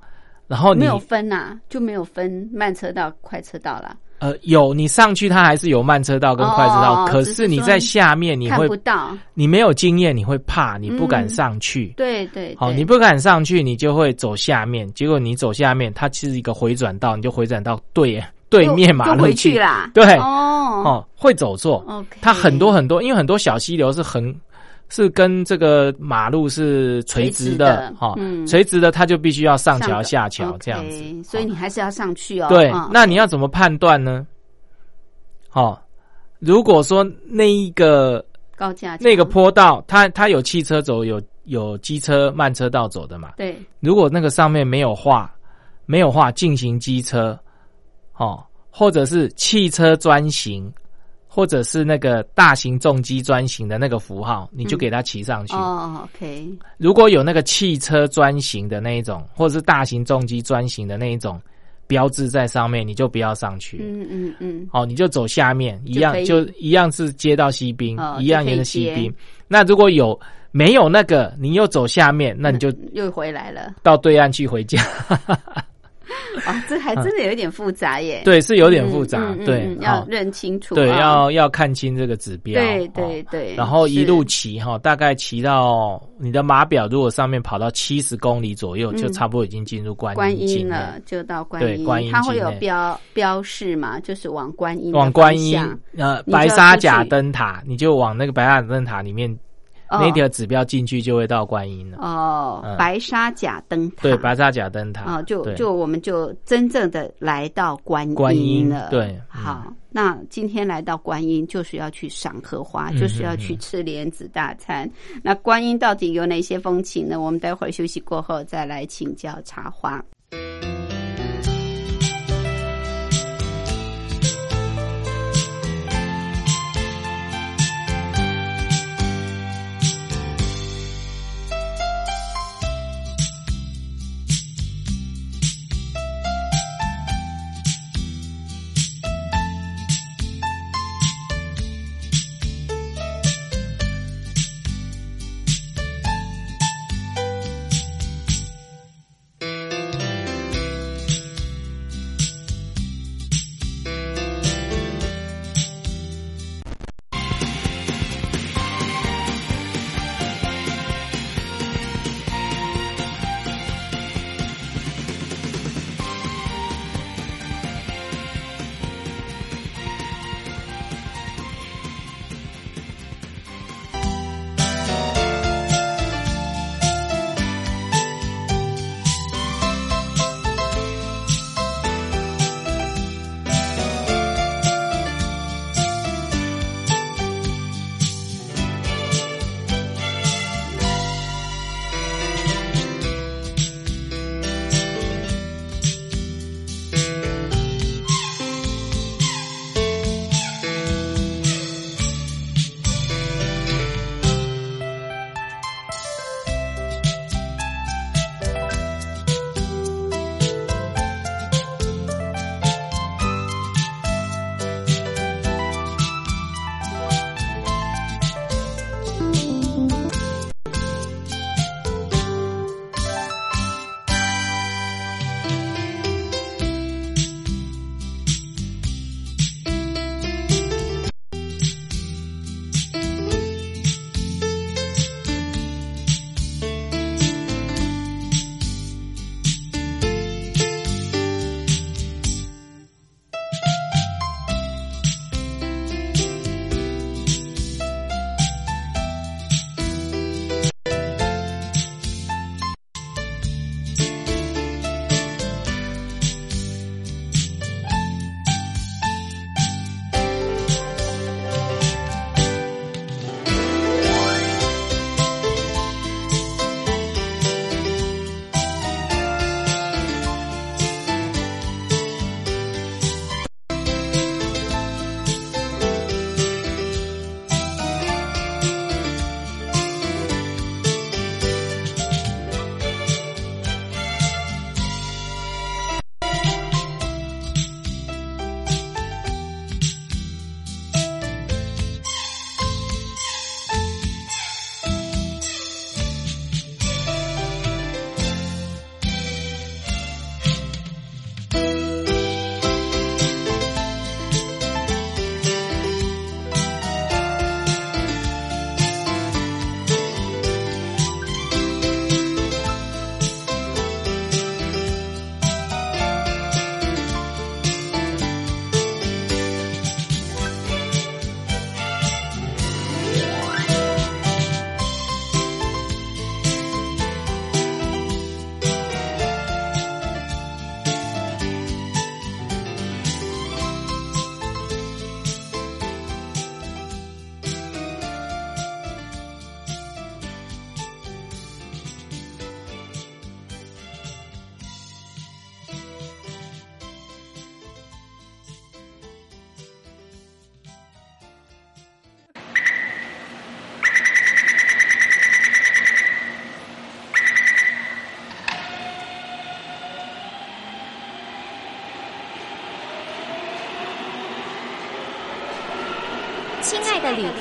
[SPEAKER 4] 然后你
[SPEAKER 1] 没有分呐、就没有分慢车道、快车道啦，
[SPEAKER 4] 呃有你上去，它还是有慢车道跟快车道，
[SPEAKER 1] 哦
[SPEAKER 4] 可
[SPEAKER 1] 只是
[SPEAKER 4] 你
[SPEAKER 1] 说
[SPEAKER 4] 在
[SPEAKER 1] 你
[SPEAKER 4] 下面你
[SPEAKER 1] 看
[SPEAKER 4] 会
[SPEAKER 1] 不到。
[SPEAKER 4] 你没有经验，你会怕，你不敢
[SPEAKER 1] 嗯
[SPEAKER 4] 上去。
[SPEAKER 1] 对对，
[SPEAKER 4] 好，
[SPEAKER 1] 对
[SPEAKER 4] 你不敢上去，你就会走下面。结果你走下面，它是一个回转道，你就回转到对 对
[SPEAKER 1] 又
[SPEAKER 4] 面马
[SPEAKER 1] 又
[SPEAKER 4] 路
[SPEAKER 1] 回去啦。
[SPEAKER 4] 对
[SPEAKER 1] 哦
[SPEAKER 4] 哦，会走错。
[SPEAKER 1] ，OK，
[SPEAKER 4] 它很多很多，因为很多小溪流是很是跟这个马路是垂
[SPEAKER 1] 垂
[SPEAKER 4] 直的
[SPEAKER 1] 直的，
[SPEAKER 4] 哈
[SPEAKER 1] 嗯，
[SPEAKER 4] 垂直的它就必须要上桥
[SPEAKER 1] 个
[SPEAKER 4] 下桥
[SPEAKER 1] OK，
[SPEAKER 4] 这样子。
[SPEAKER 1] 所以你还是要上去哦。
[SPEAKER 4] 对
[SPEAKER 1] 嗯，
[SPEAKER 4] 那你要怎么判断呢？哦，如果说那一个
[SPEAKER 1] 高架桥
[SPEAKER 4] 那个坡道，它它有汽车走，有有机车慢车道走的嘛？
[SPEAKER 1] 对
[SPEAKER 4] 如果那个上面没有画，没有画进行机车，哦，或者是汽车专行，或者是那个大型重机专行的那个符号，你就给它骑上去。
[SPEAKER 1] 哦，OK，
[SPEAKER 4] 如果有那个汽车专行的那一种，或者是大型重机专行的那一种标志在上面，你就不要上去。
[SPEAKER 1] 嗯嗯嗯，
[SPEAKER 4] 哦，你就走下面，一样
[SPEAKER 1] 可以
[SPEAKER 4] 就一样是接到西滨，
[SPEAKER 1] 哦
[SPEAKER 4] 一样
[SPEAKER 1] 就可以
[SPEAKER 4] 沿着西
[SPEAKER 1] 接
[SPEAKER 4] 滨。那如果有没有那个，你又走下面，那你就
[SPEAKER 1] 嗯又回来 了。
[SPEAKER 4] 到对岸去回家。
[SPEAKER 1] 哦，这还真的有一点复杂耶。
[SPEAKER 4] 嗯对，是有
[SPEAKER 1] 嗯，
[SPEAKER 4] 点复杂
[SPEAKER 1] 嗯，嗯
[SPEAKER 4] 对
[SPEAKER 1] 嗯，
[SPEAKER 4] 好
[SPEAKER 1] 要认清楚啊。
[SPEAKER 4] 对，要要看清这个指标，
[SPEAKER 1] 对
[SPEAKER 4] 哦
[SPEAKER 1] 对对
[SPEAKER 4] 然后一
[SPEAKER 1] 是
[SPEAKER 4] 路骑哈，大概骑到你的码表，如果上面跑到七十公里左右，就
[SPEAKER 1] 嗯
[SPEAKER 4] 差不多已经进入观
[SPEAKER 1] 观
[SPEAKER 4] 音境
[SPEAKER 1] 音了，就到观
[SPEAKER 4] 对
[SPEAKER 1] 音，
[SPEAKER 4] 观音
[SPEAKER 1] 它会
[SPEAKER 4] 境
[SPEAKER 1] 有
[SPEAKER 4] 内
[SPEAKER 1] 标标示嘛，就是往观音的
[SPEAKER 4] 往观
[SPEAKER 1] 方
[SPEAKER 4] 音
[SPEAKER 1] 向
[SPEAKER 4] 呃
[SPEAKER 1] 你就要
[SPEAKER 4] 白沙甲
[SPEAKER 1] 出去
[SPEAKER 4] 灯塔，你就往那个白沙甲灯塔里面
[SPEAKER 1] 哦
[SPEAKER 4] 那条指标进去，就会到观音了。
[SPEAKER 1] 哦
[SPEAKER 4] 嗯，
[SPEAKER 1] 白沙甲灯塔
[SPEAKER 4] 对，白沙甲灯塔
[SPEAKER 1] 哦，就
[SPEAKER 4] 对
[SPEAKER 1] 就我们就真正的来到观
[SPEAKER 4] 观音
[SPEAKER 1] 了。
[SPEAKER 4] 对嗯
[SPEAKER 1] 好，那今天来到观音，就是要去赏荷花，
[SPEAKER 4] 嗯
[SPEAKER 1] 就是要去吃莲子大餐。那观音到底有哪些风情呢？我们待会儿休息过后再来请教茶花。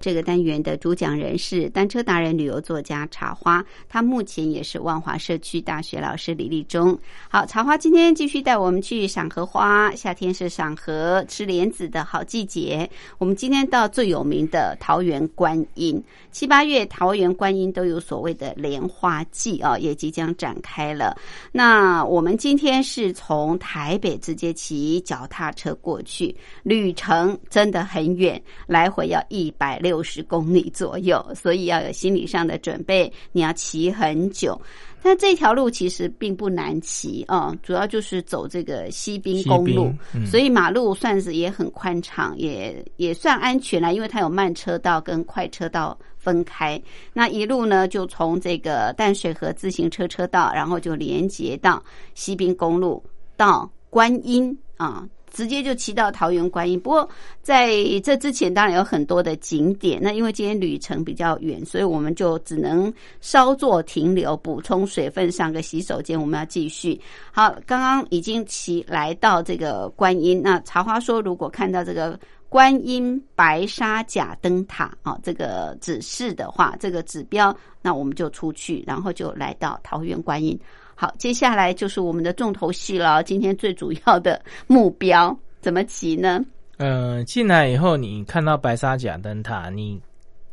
[SPEAKER 1] 这个单元的主讲人是单车达人、旅游作家茶花，他目前也是万华社区大学老师李立忠。好，茶花今天继续带我们去赏荷花，夏天是赏荷、吃莲子的好季节。我们今天到最有名的桃园观音，七八月桃园观音都有所谓的莲花季哦，也即将展开了。那我们今天是从台北直接骑脚踏车过去，旅程真的很远，来回要一百六十公里左右，所以要有心理上的准备，你要骑很久。但这条路其实并不难骑啊、主要就是走这个西滨公
[SPEAKER 4] 西
[SPEAKER 1] 路
[SPEAKER 4] 滨，嗯
[SPEAKER 1] 所以马路算是也很宽敞，也也算安全啦，因为它有慢车道跟快车道分开。那一路呢，就从这个淡水河自行车车道，然后就连接到西滨公路到观音啊。直接就骑到桃园观音，不过在这之前当然有很多的景点。那因为今天旅程比较远，所以我们就只能稍作停留，补充水分，上个洗手间。我们要继续。好，刚刚已经骑来到这个观音。那茶花说，如果看到这个观音白沙甲灯塔啊、哦，这个指示的话，这个指标，那我们就出去，然后就来到桃园观音。好，接下来就是我们的重头戏了，今天最主要的目标怎么骑呢？
[SPEAKER 4] 呃，进来以后，你看到白沙甲灯塔，你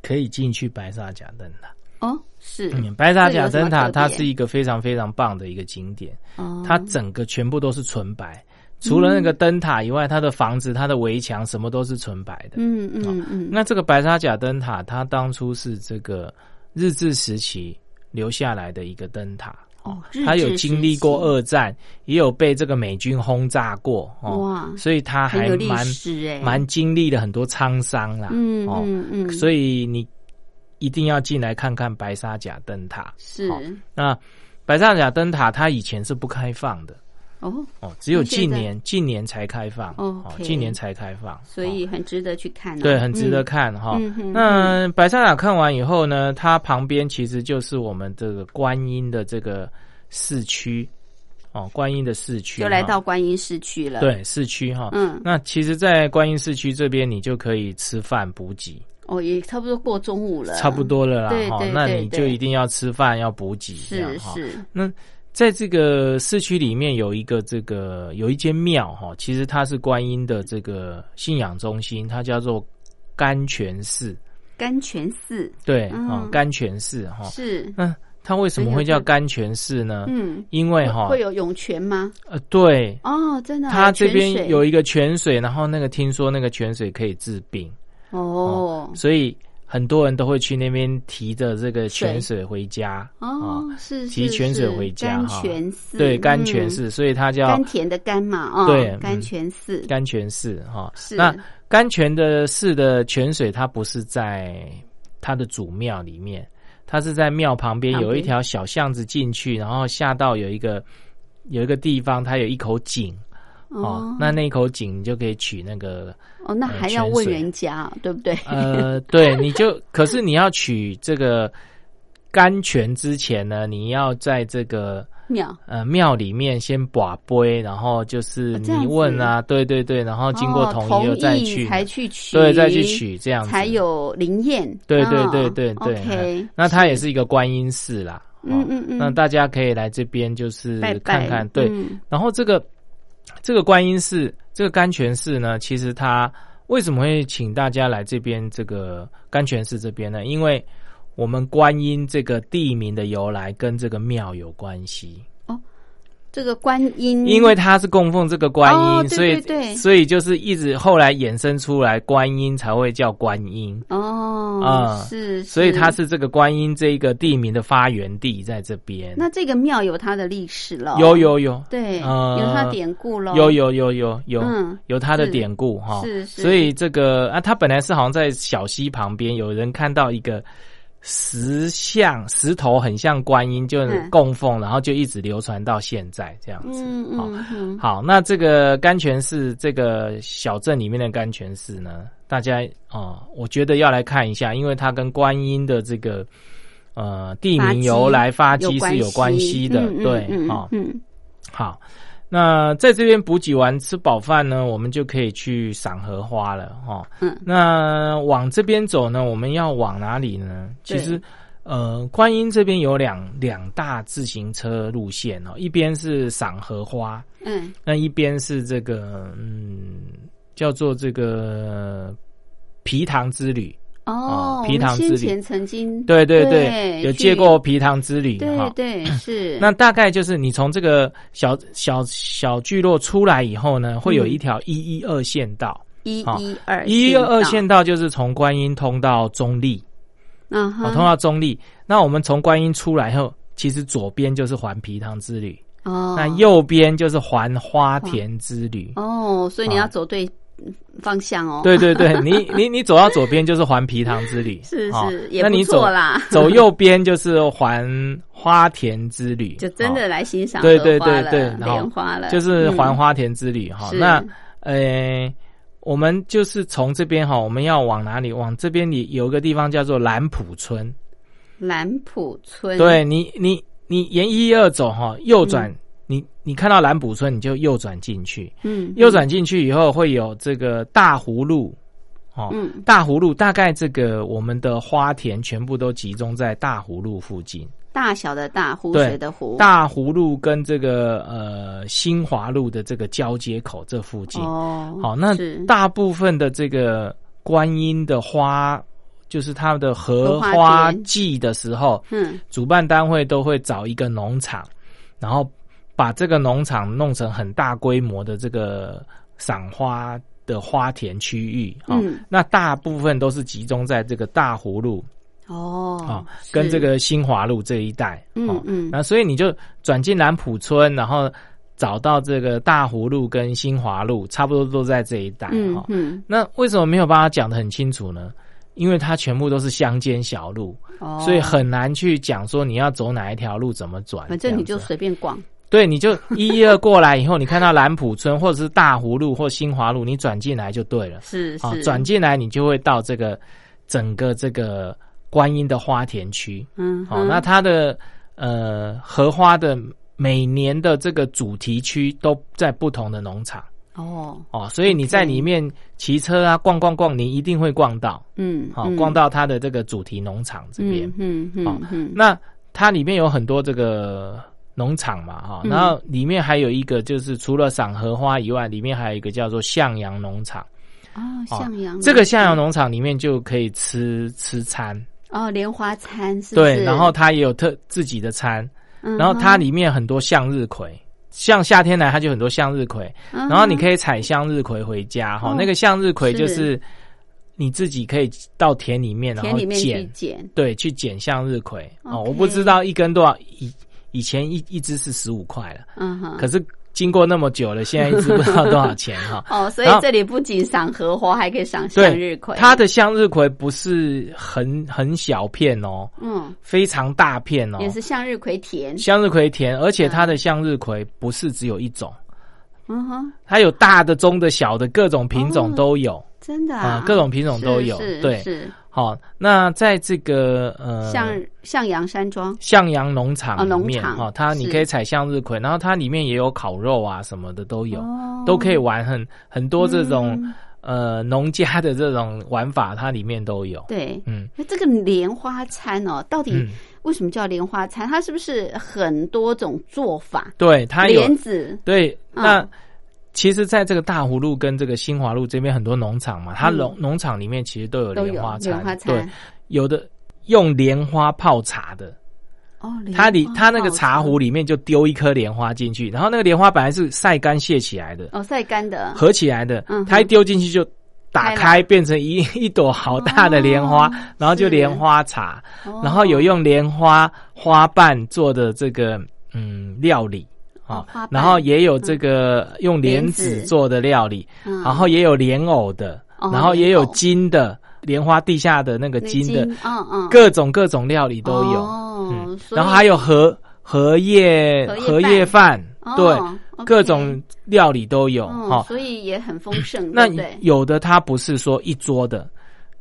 [SPEAKER 4] 可以进去白沙甲灯塔。
[SPEAKER 1] 哦，是、
[SPEAKER 4] 嗯，白沙甲灯塔
[SPEAKER 1] 这有什么特别
[SPEAKER 4] 它是一个非常非常棒的一个景点，
[SPEAKER 1] 哦嗯
[SPEAKER 4] 它整个全部都是纯白，除了那个灯塔以外，它的房子、它的围墙什么都是纯白的。
[SPEAKER 1] 嗯嗯嗯，
[SPEAKER 4] 哦那这个白沙甲灯塔，它当初是这个日治时期留下来的一个灯塔。
[SPEAKER 1] 哦日
[SPEAKER 4] 它有
[SPEAKER 1] 治时
[SPEAKER 4] 经历过
[SPEAKER 1] 期
[SPEAKER 4] 二战，也有被这个美军轰炸过哦
[SPEAKER 1] 哇，
[SPEAKER 4] 所以它
[SPEAKER 1] 很
[SPEAKER 4] 还
[SPEAKER 1] 有历
[SPEAKER 4] 蛮
[SPEAKER 1] 史哎、
[SPEAKER 4] 蛮经历了很多沧桑啦。
[SPEAKER 1] 嗯
[SPEAKER 4] 哦，
[SPEAKER 1] 嗯嗯，以
[SPEAKER 4] 所以你一定要进来看看白沙甲灯塔。
[SPEAKER 1] 是
[SPEAKER 4] 好那白沙甲灯塔它以前是不开放的
[SPEAKER 1] 哦，
[SPEAKER 4] 哦，只有
[SPEAKER 1] 那现
[SPEAKER 4] 近
[SPEAKER 1] 在
[SPEAKER 4] 年近年才开放哦
[SPEAKER 1] OK
[SPEAKER 4] 近年才开放，哦
[SPEAKER 1] 所以很值得去看、啊，
[SPEAKER 4] 对，很值得
[SPEAKER 1] 嗯
[SPEAKER 4] 看哈、
[SPEAKER 1] 嗯哼
[SPEAKER 4] 那白沙塔看完以后呢，它旁边其实就是我们这个观音的这个市区哦，观音的市区
[SPEAKER 1] 就来
[SPEAKER 4] 哈
[SPEAKER 1] 到观音市区了。，
[SPEAKER 4] 对市区哈。
[SPEAKER 1] 嗯，
[SPEAKER 4] 那其实，在观音市区这边，你就可以吃饭补给，
[SPEAKER 1] 哦，也差不多过中午了，
[SPEAKER 4] 差不多了啦
[SPEAKER 1] 对啊
[SPEAKER 4] 哈
[SPEAKER 1] 对。
[SPEAKER 4] 那
[SPEAKER 1] 对
[SPEAKER 4] 你
[SPEAKER 1] 对
[SPEAKER 4] 就一定要吃饭，要补给，这样哦
[SPEAKER 1] 是
[SPEAKER 4] 哈。
[SPEAKER 1] 是，
[SPEAKER 4] 那在这个市区里面有一个这个有一间庙哈，其实它是观音的这个信仰中心，它叫做甘泉寺。
[SPEAKER 1] 甘泉寺
[SPEAKER 4] 对
[SPEAKER 1] 嗯
[SPEAKER 4] 啊，甘泉寺哈。
[SPEAKER 1] 是，
[SPEAKER 4] 那它为什么会叫甘泉寺呢？
[SPEAKER 1] 嗯，
[SPEAKER 4] 因为哈
[SPEAKER 1] 会，有涌泉吗？
[SPEAKER 4] 呃，对，
[SPEAKER 1] 哦，真的啊，
[SPEAKER 4] 它哦这
[SPEAKER 1] 泉水
[SPEAKER 4] 边有一个泉水，然后那个听说那个泉水可以治病，
[SPEAKER 1] 哦
[SPEAKER 4] 所以很多人都会去那边提着这个泉水回家。
[SPEAKER 1] 哦，是
[SPEAKER 4] 啊提
[SPEAKER 1] 是
[SPEAKER 4] 泉水
[SPEAKER 1] 是
[SPEAKER 4] 回家
[SPEAKER 1] 甘
[SPEAKER 4] 哈
[SPEAKER 1] 泉寺
[SPEAKER 4] 对，甘泉
[SPEAKER 1] 嗯
[SPEAKER 4] 寺，所以它叫
[SPEAKER 1] 甘甜的甘嘛，哦，
[SPEAKER 4] 对
[SPEAKER 1] 甘
[SPEAKER 4] 嗯
[SPEAKER 1] 泉寺
[SPEAKER 4] 甘泉寺哈。
[SPEAKER 1] 是
[SPEAKER 4] 那甘泉的寺的泉水，它不是在它的主庙里面，它是在庙旁边
[SPEAKER 1] 旁边
[SPEAKER 4] 有一条小巷子进去，然后下到有一个有一个地方，它有一口井哦
[SPEAKER 1] 哦，，
[SPEAKER 4] 那那一口井你就可以取那个
[SPEAKER 1] 哦，那
[SPEAKER 4] 呃
[SPEAKER 1] 还要
[SPEAKER 4] 泉
[SPEAKER 1] 问
[SPEAKER 4] 水
[SPEAKER 1] 人家，对不对？
[SPEAKER 4] 呃，对，你就可是你要取这个甘泉之前呢，你要在这个。
[SPEAKER 1] 妙，
[SPEAKER 4] 呃，庙里面先把杯，然后就是
[SPEAKER 1] 哦这样
[SPEAKER 4] 你问啊，对对对，然后经过
[SPEAKER 1] 哦
[SPEAKER 4] 同
[SPEAKER 1] 同
[SPEAKER 4] 意了再
[SPEAKER 1] 意
[SPEAKER 4] 去，
[SPEAKER 1] 才去取，
[SPEAKER 4] 对，再去取这样子
[SPEAKER 1] 才。有灵验。
[SPEAKER 4] 对对
[SPEAKER 1] 哦
[SPEAKER 4] 对对对。
[SPEAKER 1] ，OK，
[SPEAKER 4] 嗯那它也是一个观音寺啦。
[SPEAKER 1] 嗯
[SPEAKER 4] 哦
[SPEAKER 1] 嗯嗯
[SPEAKER 4] 那大家可以来这边就是
[SPEAKER 1] 拜拜
[SPEAKER 4] 看看，对。
[SPEAKER 1] 嗯
[SPEAKER 4] 然后这个这个观音寺，这个甘泉寺呢，其实它为什么会请大家来这边这个甘泉寺这边呢？因为我们观音这个地名的由来跟这个庙有关系。
[SPEAKER 1] 这个观音，
[SPEAKER 4] 因为他是供奉这个观音，
[SPEAKER 1] 嗯哦对对对
[SPEAKER 4] 所以所以就是一直后来衍生出来，观音才会叫观音，
[SPEAKER 1] 哦，
[SPEAKER 4] 啊
[SPEAKER 1] 是，
[SPEAKER 4] 所以它是这个观音这一个地名的发源地在这边。
[SPEAKER 1] 那哦这个庙有它的历史了，
[SPEAKER 4] 有有有，
[SPEAKER 1] 对，
[SPEAKER 4] 呃
[SPEAKER 1] 有它典故喽，
[SPEAKER 4] 有有有有有、
[SPEAKER 1] 嗯
[SPEAKER 4] 有它的
[SPEAKER 1] 是
[SPEAKER 4] 典故哈，
[SPEAKER 1] 是是
[SPEAKER 4] 所以这个啊，它本来是好像在小溪旁边，有人看到一个石像石头很像观音，就是
[SPEAKER 1] 嗯
[SPEAKER 4] 供奉，然后就一直流传到现在这样子。啊
[SPEAKER 1] 嗯
[SPEAKER 4] 好
[SPEAKER 1] 嗯嗯，
[SPEAKER 4] 好，那这个甘泉寺这个小镇里面的甘泉寺呢，大家哦、我觉得要来看一下，因为它跟观音的这个呃地
[SPEAKER 1] 发
[SPEAKER 4] 名
[SPEAKER 1] 迹
[SPEAKER 4] 由来发迹是有关系的，
[SPEAKER 1] 嗯嗯
[SPEAKER 4] 对，
[SPEAKER 1] 嗯
[SPEAKER 4] 哦，
[SPEAKER 1] 嗯，
[SPEAKER 4] 好，那在这边补给完吃饱饭呢，我们就可以去赏荷花了哦。
[SPEAKER 1] 嗯
[SPEAKER 4] 那往这边走呢，我们要往哪里呢？其
[SPEAKER 1] 对
[SPEAKER 4] 实，呃，观音这边有两两大自行车路线哦，一边是赏荷花，
[SPEAKER 1] 嗯
[SPEAKER 4] 那一边是这个嗯叫做这个皮塘之旅。
[SPEAKER 1] 嗯，哦，
[SPEAKER 4] 皮
[SPEAKER 1] 我
[SPEAKER 4] 塘
[SPEAKER 1] 们先
[SPEAKER 4] 之旅
[SPEAKER 1] 前曾经，
[SPEAKER 4] 对对对，
[SPEAKER 1] 对
[SPEAKER 4] 有
[SPEAKER 1] 去
[SPEAKER 4] 借过皮塘之旅哈。
[SPEAKER 1] 对对是，
[SPEAKER 4] 那大概就是你从这个小小小聚落出来以后呢，会有一条一一二线道。
[SPEAKER 1] 一
[SPEAKER 4] 好
[SPEAKER 1] 一嗯二
[SPEAKER 4] 啊一一二线
[SPEAKER 1] 线
[SPEAKER 4] 道就是从观音通到中立，
[SPEAKER 1] 道，嗯
[SPEAKER 4] 哦，
[SPEAKER 1] 哼，
[SPEAKER 4] 通到中立。那我们从观音出来后，其实左边就是环皮塘之旅，
[SPEAKER 1] 哦，
[SPEAKER 4] 那右边就是环花田之旅。
[SPEAKER 1] 哦，所以你
[SPEAKER 4] 啊
[SPEAKER 1] 要走对嗯方向哦，
[SPEAKER 4] 对对对， 你你你走到左边就是环皮塘之旅，
[SPEAKER 1] 是
[SPEAKER 4] 哦
[SPEAKER 1] 是也
[SPEAKER 4] 那
[SPEAKER 1] 不
[SPEAKER 4] 你走
[SPEAKER 1] 错啦
[SPEAKER 4] 走右边就是环花田之旅，
[SPEAKER 1] 就真
[SPEAKER 4] 哦
[SPEAKER 1] 的来欣赏
[SPEAKER 4] 对
[SPEAKER 1] 荷
[SPEAKER 4] 对
[SPEAKER 1] 花
[SPEAKER 4] 对
[SPEAKER 1] 了
[SPEAKER 4] 对，然后
[SPEAKER 1] 莲花了，
[SPEAKER 4] 就是
[SPEAKER 1] 嗯
[SPEAKER 4] 环花田之旅哈、
[SPEAKER 1] 是
[SPEAKER 4] 那呃，我们就是从这边哈，我们要往哪里？往这边里有一个地方叫做兰浦村。
[SPEAKER 1] 兰浦村，
[SPEAKER 4] 对你，你你沿一二走哈，右转，
[SPEAKER 1] 嗯
[SPEAKER 4] 你你看到兰浦村，你就右转进去。
[SPEAKER 1] 嗯，嗯，
[SPEAKER 4] 右转进去以后会有这个大湖路。哦，
[SPEAKER 1] 嗯
[SPEAKER 4] 大湖路大概这个我们的花田全部都集中在大湖路附近，
[SPEAKER 1] 大小的大，湖
[SPEAKER 4] 对
[SPEAKER 1] 水的湖，
[SPEAKER 4] 大湖路跟这个呃新华路的这个交接口这附近。
[SPEAKER 1] 哦，
[SPEAKER 4] 好，那
[SPEAKER 1] 是
[SPEAKER 4] 大部分的这个观音的花，就是它的荷
[SPEAKER 1] 荷花
[SPEAKER 4] 花
[SPEAKER 1] 田
[SPEAKER 4] 季的时候，
[SPEAKER 1] 嗯
[SPEAKER 4] 主办单位都会找一个农场，然后把这个农场弄成很大规模的这个赏花的花田区域啊、
[SPEAKER 1] 嗯
[SPEAKER 4] 那大部分都是集中在这个大湖路啊、
[SPEAKER 1] 哦，
[SPEAKER 4] 跟
[SPEAKER 1] 是
[SPEAKER 4] 这个新华路这一带啊、
[SPEAKER 1] 嗯嗯
[SPEAKER 4] 那所以你就转进南浦村，然后找到这个大湖路跟新华路，差不多都在这一带哈、
[SPEAKER 1] 嗯嗯，
[SPEAKER 4] 那为什么没有把它讲得很清楚呢？因为它全部都是乡间小路，
[SPEAKER 1] 哦，
[SPEAKER 4] 所以很难去讲说你要走哪一条路，怎么转。
[SPEAKER 1] 反正你
[SPEAKER 4] 这
[SPEAKER 1] 就
[SPEAKER 4] 样子啊
[SPEAKER 1] 随便逛，
[SPEAKER 4] 对，你就一一二过来以后，你看到兰浦村或者是大湖路或新华路，你转进来就对了。
[SPEAKER 1] 是
[SPEAKER 4] 啊
[SPEAKER 1] 是，
[SPEAKER 4] 转进来你就会到这个整个这个观音的花田区。
[SPEAKER 1] 嗯
[SPEAKER 4] 好、
[SPEAKER 1] 哼
[SPEAKER 4] 那它的呃荷花的每年的这个主题区都在不同的农场
[SPEAKER 1] 哦，
[SPEAKER 4] 哦，所以你在
[SPEAKER 1] OK
[SPEAKER 4] 里面骑车啊逛逛逛，你一定会逛到
[SPEAKER 1] 嗯，
[SPEAKER 4] 好、
[SPEAKER 1] 嗯
[SPEAKER 4] 逛到它的这个主题农场这边。
[SPEAKER 1] 嗯嗯
[SPEAKER 4] 好
[SPEAKER 1] 嗯嗯，
[SPEAKER 4] 那它里面有很多这个农场嘛哈、
[SPEAKER 1] 嗯
[SPEAKER 4] 然后里面还有一个就是除了赏荷花以外，里面还有一个叫做向阳农场。
[SPEAKER 1] 哦，
[SPEAKER 4] 哦
[SPEAKER 1] 向阳
[SPEAKER 4] 这个向阳农场里面就可以吃吃餐，
[SPEAKER 1] 哦，莲花餐是不
[SPEAKER 4] 对，
[SPEAKER 1] 是
[SPEAKER 4] 然后它也有特自己的餐，
[SPEAKER 1] 嗯
[SPEAKER 4] 然后它
[SPEAKER 1] 哼
[SPEAKER 4] 里面很多向日葵，像夏天来它就很多向日葵，
[SPEAKER 1] 嗯哼
[SPEAKER 4] 然后你可以采向日葵回家哈、
[SPEAKER 1] 哦
[SPEAKER 4] 那个向日葵就是是你自己可以到田里面，然
[SPEAKER 1] 田
[SPEAKER 4] 后
[SPEAKER 1] 里面去
[SPEAKER 4] 捡，
[SPEAKER 1] 捡，
[SPEAKER 4] 对，去捡向日葵哦，
[SPEAKER 1] OK
[SPEAKER 4] 我不知道一根多少，以以前一一只是十五块了，
[SPEAKER 1] 嗯哼，
[SPEAKER 4] 可是经过那么久了，现在一只不知道多少钱哈、
[SPEAKER 1] 哦，所以
[SPEAKER 4] 然后
[SPEAKER 1] 这里不仅赏荷花，还可以赏向
[SPEAKER 4] 对，
[SPEAKER 1] 日葵。
[SPEAKER 4] 它的向日葵不是很很小片哦，
[SPEAKER 1] 嗯，
[SPEAKER 4] 非常大片哦，
[SPEAKER 1] 也是向日葵田。
[SPEAKER 4] 向日葵田，而且它的向日葵不是只有一种，
[SPEAKER 1] 嗯哼，
[SPEAKER 4] 它有大的、中的、小的，各种品种都有。
[SPEAKER 1] 真的啊
[SPEAKER 4] 啊，各种品种都
[SPEAKER 1] 是
[SPEAKER 4] 有
[SPEAKER 1] 是
[SPEAKER 4] 对
[SPEAKER 1] 是
[SPEAKER 4] 好，那在这个呃
[SPEAKER 1] 向向阳山庄。
[SPEAKER 4] 向阳农场
[SPEAKER 1] 哦
[SPEAKER 4] 里
[SPEAKER 1] 农
[SPEAKER 4] 面
[SPEAKER 1] 场
[SPEAKER 4] 哈、它你
[SPEAKER 1] 是
[SPEAKER 4] 可以采向日葵，然后它里面也有烤肉啊什么的都有，
[SPEAKER 1] 哦
[SPEAKER 4] 都可以玩很很多这种、
[SPEAKER 1] 嗯
[SPEAKER 4] 呃农家的这种玩法，它里面都有。
[SPEAKER 1] 对，
[SPEAKER 4] 嗯，
[SPEAKER 1] 那这个莲花餐哦，到底
[SPEAKER 4] 嗯
[SPEAKER 1] 为什么叫莲花餐？它是不是很多种做法？
[SPEAKER 4] 对，它有
[SPEAKER 1] 莲子，
[SPEAKER 4] 对，
[SPEAKER 1] 嗯
[SPEAKER 4] 那其实，在这个大湖路跟这个新华路这边很多农场嘛，它
[SPEAKER 1] 嗯
[SPEAKER 4] 农农场里面其实都有
[SPEAKER 1] 都
[SPEAKER 4] 莲
[SPEAKER 1] 有
[SPEAKER 4] 花
[SPEAKER 1] 莲花
[SPEAKER 4] 餐，
[SPEAKER 1] 餐
[SPEAKER 4] 对，有的用莲花泡茶的，
[SPEAKER 1] 哦，莲
[SPEAKER 4] 它里
[SPEAKER 1] 花
[SPEAKER 4] 它那个
[SPEAKER 1] 泡
[SPEAKER 4] 茶
[SPEAKER 1] 茶
[SPEAKER 4] 壶里面就丢一颗莲花进去，然后那个莲花本来是晒干卸起来的，
[SPEAKER 1] 哦，晒干的，
[SPEAKER 4] 合起来的
[SPEAKER 1] 嗯哼，
[SPEAKER 4] 它一丢进去就打
[SPEAKER 1] 开
[SPEAKER 4] 开，变成一一朵好大的莲花
[SPEAKER 1] 哦，
[SPEAKER 4] 然后就是莲花茶，
[SPEAKER 1] 哦
[SPEAKER 4] 然后有用莲花花瓣做的这个嗯料理啊
[SPEAKER 1] 哦花瓣，
[SPEAKER 4] 然后也有这个用莲子做的料理，
[SPEAKER 1] 嗯
[SPEAKER 4] 然后也有莲藕的，
[SPEAKER 1] 哦
[SPEAKER 4] 然后也有
[SPEAKER 1] 莲藕
[SPEAKER 4] 金的莲花地下的那个
[SPEAKER 1] 那
[SPEAKER 4] 金的，
[SPEAKER 1] 嗯嗯，
[SPEAKER 4] 各种各种料理都有。
[SPEAKER 1] 哦
[SPEAKER 4] 嗯，，
[SPEAKER 1] 所
[SPEAKER 4] 然后
[SPEAKER 1] 以
[SPEAKER 4] 还有荷荷叶
[SPEAKER 1] 荷
[SPEAKER 4] 荷
[SPEAKER 1] 叶
[SPEAKER 4] 叶饭，
[SPEAKER 1] 哦
[SPEAKER 4] 对
[SPEAKER 1] OK，
[SPEAKER 4] 各种料理都有哦
[SPEAKER 1] 嗯
[SPEAKER 4] 哈。
[SPEAKER 1] 所以也很丰盛，
[SPEAKER 4] 那
[SPEAKER 1] 对不对
[SPEAKER 4] 有的它不是说一桌的，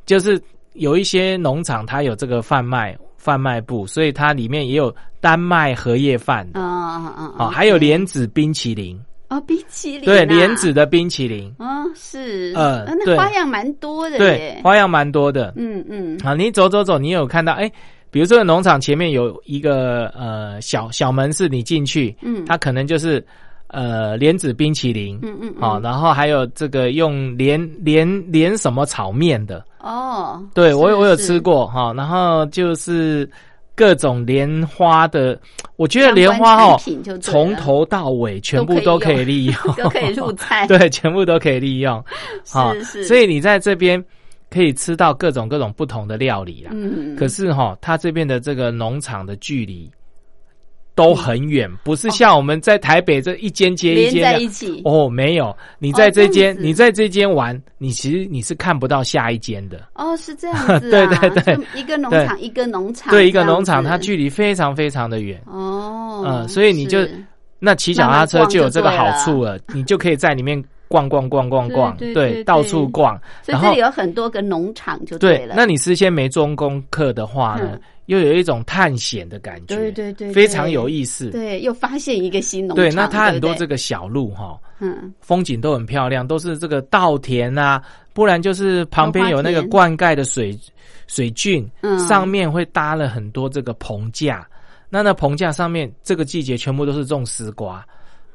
[SPEAKER 4] 就是有一些农场它有这个贩卖贩卖部，所以它里面也有单卖荷叶饭的
[SPEAKER 1] 嗯嗯嗯
[SPEAKER 4] 啊，还有莲子冰淇淋，
[SPEAKER 1] 哦冰淇淋啊，
[SPEAKER 4] 对莲子的冰淇淋，
[SPEAKER 1] 哦是，
[SPEAKER 4] 呃
[SPEAKER 1] 啊那
[SPEAKER 4] 对
[SPEAKER 1] 花样蛮多的
[SPEAKER 4] 对
[SPEAKER 1] 耶，
[SPEAKER 4] 花样蛮多的。
[SPEAKER 1] 嗯嗯，
[SPEAKER 4] 啊，你走走走，你有看到哎。比如说，农场前面有一个呃小小门市，你进去，
[SPEAKER 1] 嗯
[SPEAKER 4] 它可能就是呃莲子冰淇淋，
[SPEAKER 1] 嗯嗯嗯
[SPEAKER 4] 啊、然后还有这个用莲莲莲什么炒面的，
[SPEAKER 1] 哦，
[SPEAKER 4] 对
[SPEAKER 1] 是
[SPEAKER 4] 我有我有吃，
[SPEAKER 1] 是
[SPEAKER 4] 过哈、然后就是各种莲花的，我觉得
[SPEAKER 1] 相
[SPEAKER 4] 莲
[SPEAKER 1] 关
[SPEAKER 4] 花
[SPEAKER 1] 产
[SPEAKER 4] 哦
[SPEAKER 1] 品就，对
[SPEAKER 4] 从
[SPEAKER 1] 了
[SPEAKER 4] 头到尾全部
[SPEAKER 1] 都
[SPEAKER 4] 都
[SPEAKER 1] 可
[SPEAKER 4] 可
[SPEAKER 1] 以，
[SPEAKER 4] 以利用
[SPEAKER 1] 都可以 入菜，
[SPEAKER 4] 对，全部都可以利用，哈
[SPEAKER 1] 是是
[SPEAKER 4] 所以你在这边可以吃到各种各种不同的料理啦。
[SPEAKER 1] 嗯，
[SPEAKER 4] 可是哈、它这边的这个农场的距离都很远，不是像我们在台北这一间接一
[SPEAKER 1] 嗯连
[SPEAKER 4] 间
[SPEAKER 1] 在
[SPEAKER 4] 的
[SPEAKER 1] 一起，
[SPEAKER 4] 哦，没有，你在这
[SPEAKER 1] 这
[SPEAKER 4] 间，
[SPEAKER 1] 样子
[SPEAKER 4] 你在这间玩，你其实你是看不到下一间的。
[SPEAKER 1] 哦，是这 样子
[SPEAKER 4] 对
[SPEAKER 1] 啊，
[SPEAKER 4] 对对
[SPEAKER 1] 就一个农
[SPEAKER 4] 对
[SPEAKER 1] 场一个农场这样子，
[SPEAKER 4] 对，一个农场，它距离非常非常的远。
[SPEAKER 1] 哦，
[SPEAKER 4] 嗯所以你就是那骑脚踏车
[SPEAKER 1] 慢慢逛
[SPEAKER 4] 就有这个
[SPEAKER 1] 就对
[SPEAKER 4] 好
[SPEAKER 1] 了
[SPEAKER 4] 处了，你就可以在里面逛逛逛逛逛，
[SPEAKER 1] 对对对
[SPEAKER 4] 对，到处
[SPEAKER 1] 对
[SPEAKER 4] 逛。
[SPEAKER 1] 所以
[SPEAKER 4] 然
[SPEAKER 1] 这
[SPEAKER 4] 后
[SPEAKER 1] 里有很多个农场就
[SPEAKER 4] 对，
[SPEAKER 1] 了，
[SPEAKER 4] 那你事先没做功课的话呢
[SPEAKER 1] 嗯，
[SPEAKER 4] 又有一种探险的感觉，
[SPEAKER 1] 对对对
[SPEAKER 4] 非常有意思。
[SPEAKER 1] 对又发现一个新农场，
[SPEAKER 4] 对，那它很多
[SPEAKER 1] 对
[SPEAKER 4] 这
[SPEAKER 1] 不对
[SPEAKER 4] 个小路哈，
[SPEAKER 1] 嗯
[SPEAKER 4] 风景都很漂亮，都是这个稻田啊，不然就是旁边有
[SPEAKER 1] 桃
[SPEAKER 4] 那
[SPEAKER 1] 花
[SPEAKER 4] 个
[SPEAKER 1] 田
[SPEAKER 4] 灌溉的水水郡，
[SPEAKER 1] 嗯
[SPEAKER 4] 上面会搭了很多这个棚架。那那棚架上面，这个季节全部都是种丝瓜，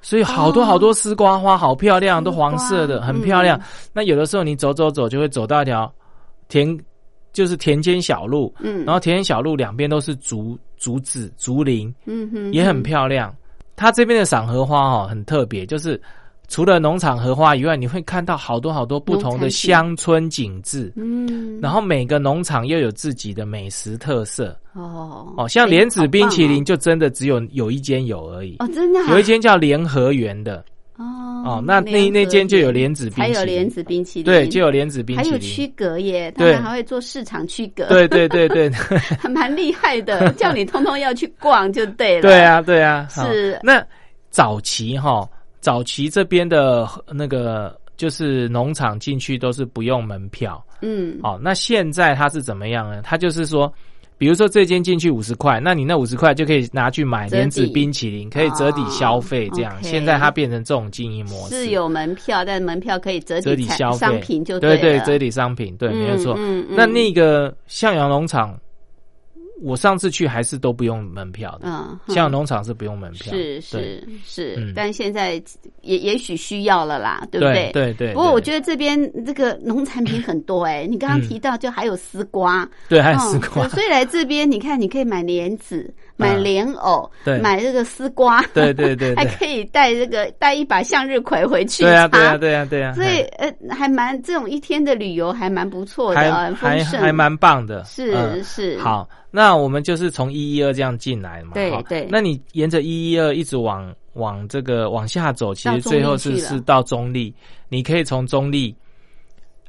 [SPEAKER 4] 所以好多好多丝瓜花，好漂亮，都黄色
[SPEAKER 1] 哦嗯
[SPEAKER 4] 的，很漂亮。那有的时候你走走走，就会走到一条田，就是田间小路，
[SPEAKER 1] 嗯，
[SPEAKER 4] 然后田间小路两边都是竹竹子、竹林，
[SPEAKER 1] 嗯哼
[SPEAKER 4] 也很漂亮。它这边的赏荷花哦，很特别，就是除了农场荷花以外，你会看到好多好多不同的乡村景致。
[SPEAKER 1] 嗯，
[SPEAKER 4] 然后每个农场又有自己的美食特色
[SPEAKER 1] 哦
[SPEAKER 4] 哦，像
[SPEAKER 1] 哎
[SPEAKER 4] 莲子冰淇淋
[SPEAKER 1] 好
[SPEAKER 4] 就真的只有有一间有而已，
[SPEAKER 1] 棒哦，哦真的啊
[SPEAKER 4] 有一间叫莲和园的
[SPEAKER 1] 哦
[SPEAKER 4] 哦，那那那间就有
[SPEAKER 1] 莲
[SPEAKER 4] 莲子冰
[SPEAKER 1] 还
[SPEAKER 4] 淇
[SPEAKER 1] 有莲
[SPEAKER 4] 淋，
[SPEAKER 1] 子冰淇淋，
[SPEAKER 4] 对，就有莲子冰
[SPEAKER 1] 还
[SPEAKER 4] 淇
[SPEAKER 1] 有区
[SPEAKER 4] 淋，
[SPEAKER 1] 隔耶，他
[SPEAKER 4] 对
[SPEAKER 1] 们还会做市场区隔，
[SPEAKER 4] 对对对对
[SPEAKER 1] 还蛮厉害的，叫你通通要去逛就对了，
[SPEAKER 4] 对，啊对啊，好
[SPEAKER 1] 是
[SPEAKER 4] 那早期哈，早期这边的那个就是农场进去都是不用门票，
[SPEAKER 1] 嗯，
[SPEAKER 4] 哦，那现在它是怎么样呢？它就是说，比如说这间进去五十块，那你那五十块就可以拿去买
[SPEAKER 1] 折
[SPEAKER 4] 莲子
[SPEAKER 1] 抵
[SPEAKER 4] 冰淇淋，可以折抵消费
[SPEAKER 1] 哦
[SPEAKER 4] 这样。
[SPEAKER 1] OK
[SPEAKER 4] 现在它变成这种经营模式，
[SPEAKER 1] 是有门票，但门票可以折
[SPEAKER 4] 折抵
[SPEAKER 1] 产
[SPEAKER 4] 消费
[SPEAKER 1] 商品就
[SPEAKER 4] 对
[SPEAKER 1] 对了
[SPEAKER 4] 折抵商品，对，没有错。
[SPEAKER 1] 嗯嗯嗯
[SPEAKER 4] 那那个向阳农场，我上次去还是都不用门票的，
[SPEAKER 1] 嗯，哼
[SPEAKER 4] 向阳农场是不用门
[SPEAKER 1] 是
[SPEAKER 4] 票，对
[SPEAKER 1] 是是
[SPEAKER 4] 嗯，
[SPEAKER 1] 但现在也也许需要了啦，对不
[SPEAKER 4] 对
[SPEAKER 1] 对
[SPEAKER 4] 对对。嗯
[SPEAKER 1] 不过我觉
[SPEAKER 4] 得
[SPEAKER 1] 得这边这个农产品很多哎、你刚刚提到就还有丝瓜，
[SPEAKER 4] 对还有
[SPEAKER 1] 嗯
[SPEAKER 4] 丝瓜
[SPEAKER 1] 对，所以来这边你看你可以买莲子、买
[SPEAKER 4] 嗯
[SPEAKER 1] 莲藕、
[SPEAKER 4] 对
[SPEAKER 1] 买这个丝瓜，
[SPEAKER 4] 对对对 对
[SPEAKER 1] 还可以带这个带一把向日葵回去
[SPEAKER 4] 对啊
[SPEAKER 1] 插
[SPEAKER 4] 对啊对啊对啊，
[SPEAKER 1] 所以呃还蛮这种一天的旅游还蛮不错的，
[SPEAKER 4] 还
[SPEAKER 1] 很丰
[SPEAKER 4] 还
[SPEAKER 1] 盛，
[SPEAKER 4] 还蛮棒的，
[SPEAKER 1] 是、
[SPEAKER 4] 嗯
[SPEAKER 1] 是，
[SPEAKER 4] 好，那我们就是从一一二这样进来嘛。
[SPEAKER 1] 对
[SPEAKER 4] 哈
[SPEAKER 1] 对
[SPEAKER 4] 那你沿着一一二一直往往这个往下走，其
[SPEAKER 1] 到
[SPEAKER 4] 实
[SPEAKER 1] 中
[SPEAKER 4] 最后
[SPEAKER 1] 立
[SPEAKER 4] 是
[SPEAKER 1] 去了
[SPEAKER 4] 是到中立，你可以从中立，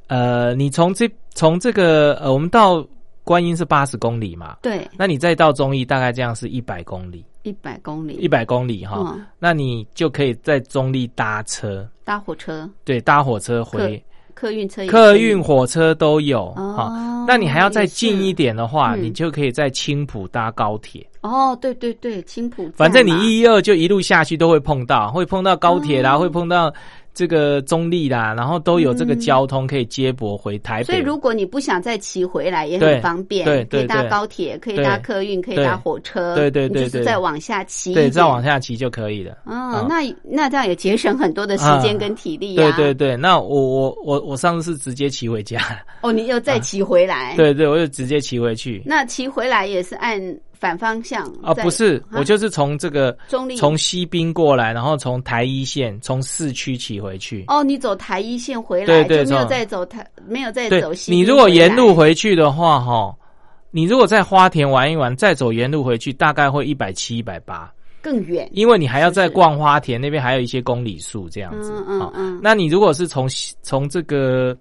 [SPEAKER 4] 呃，你从这从这个呃，我们到观音是八十公里嘛，
[SPEAKER 1] 对，
[SPEAKER 4] 那你再到中立大概这样是一百公里，
[SPEAKER 1] 一百公里，
[SPEAKER 4] 一百公里哈，
[SPEAKER 1] 嗯
[SPEAKER 4] 那你就可以在中立搭车，
[SPEAKER 1] 搭火车、
[SPEAKER 4] 对，搭火车回
[SPEAKER 1] 客运车也可以、
[SPEAKER 4] 客运、火车都有
[SPEAKER 1] 哦
[SPEAKER 4] 哈。那你还要再
[SPEAKER 1] 也是
[SPEAKER 4] 近一点的话，
[SPEAKER 1] 嗯
[SPEAKER 4] 你就可以在青浦搭高铁。
[SPEAKER 1] 哦，对对对，青浦站嘛，
[SPEAKER 4] 反正你一一二就一路下去都会碰到，会碰到高铁啦，
[SPEAKER 1] 哦
[SPEAKER 4] 会碰到这个中立啦，然后都有这个交通可以接驳回台北。
[SPEAKER 1] 所以，如果你不想再骑回来，也很
[SPEAKER 4] 对
[SPEAKER 1] 方便，
[SPEAKER 4] 对对
[SPEAKER 1] 可以搭
[SPEAKER 4] 对
[SPEAKER 1] 高铁，可以
[SPEAKER 4] 对
[SPEAKER 1] 搭客运，可以
[SPEAKER 4] 对
[SPEAKER 1] 搭火车，
[SPEAKER 4] 对对
[SPEAKER 1] 你
[SPEAKER 4] 对
[SPEAKER 1] 就是
[SPEAKER 4] 对
[SPEAKER 1] 再往下骑，
[SPEAKER 4] 对再往，下骑就可以了。
[SPEAKER 1] 嗯，
[SPEAKER 4] 嗯
[SPEAKER 1] 那那这样也节省很多的时间
[SPEAKER 4] 嗯
[SPEAKER 1] 跟体力
[SPEAKER 4] 对
[SPEAKER 1] 呀，
[SPEAKER 4] 对，对，那我我我我上次是直接骑回家，啊
[SPEAKER 1] 哦，你又再骑回来，，
[SPEAKER 4] 对对，我就直接骑回去。
[SPEAKER 1] 那骑回来也是按反方向
[SPEAKER 4] 啊，
[SPEAKER 1] 在
[SPEAKER 4] 不是，
[SPEAKER 1] 啊
[SPEAKER 4] 我就是从这个
[SPEAKER 1] 中立
[SPEAKER 4] 从西滨过来，然后从台一线从市区骑回去。
[SPEAKER 1] 哦，你走台一线回来，
[SPEAKER 4] 对对
[SPEAKER 1] 就没有
[SPEAKER 4] 走
[SPEAKER 1] 再走台，没有再
[SPEAKER 4] 对
[SPEAKER 1] 走，西。
[SPEAKER 4] 你如果沿路，回去的话，哈，你如果在花田玩一玩，再走沿路回去，大概会一百七、一百八，
[SPEAKER 1] 更远，
[SPEAKER 4] 因为你还要再
[SPEAKER 1] 是
[SPEAKER 4] 逛花田那边，还有一些公里数这样子。
[SPEAKER 1] 嗯嗯
[SPEAKER 4] 哦
[SPEAKER 1] 嗯
[SPEAKER 4] 那你如果是从西从这个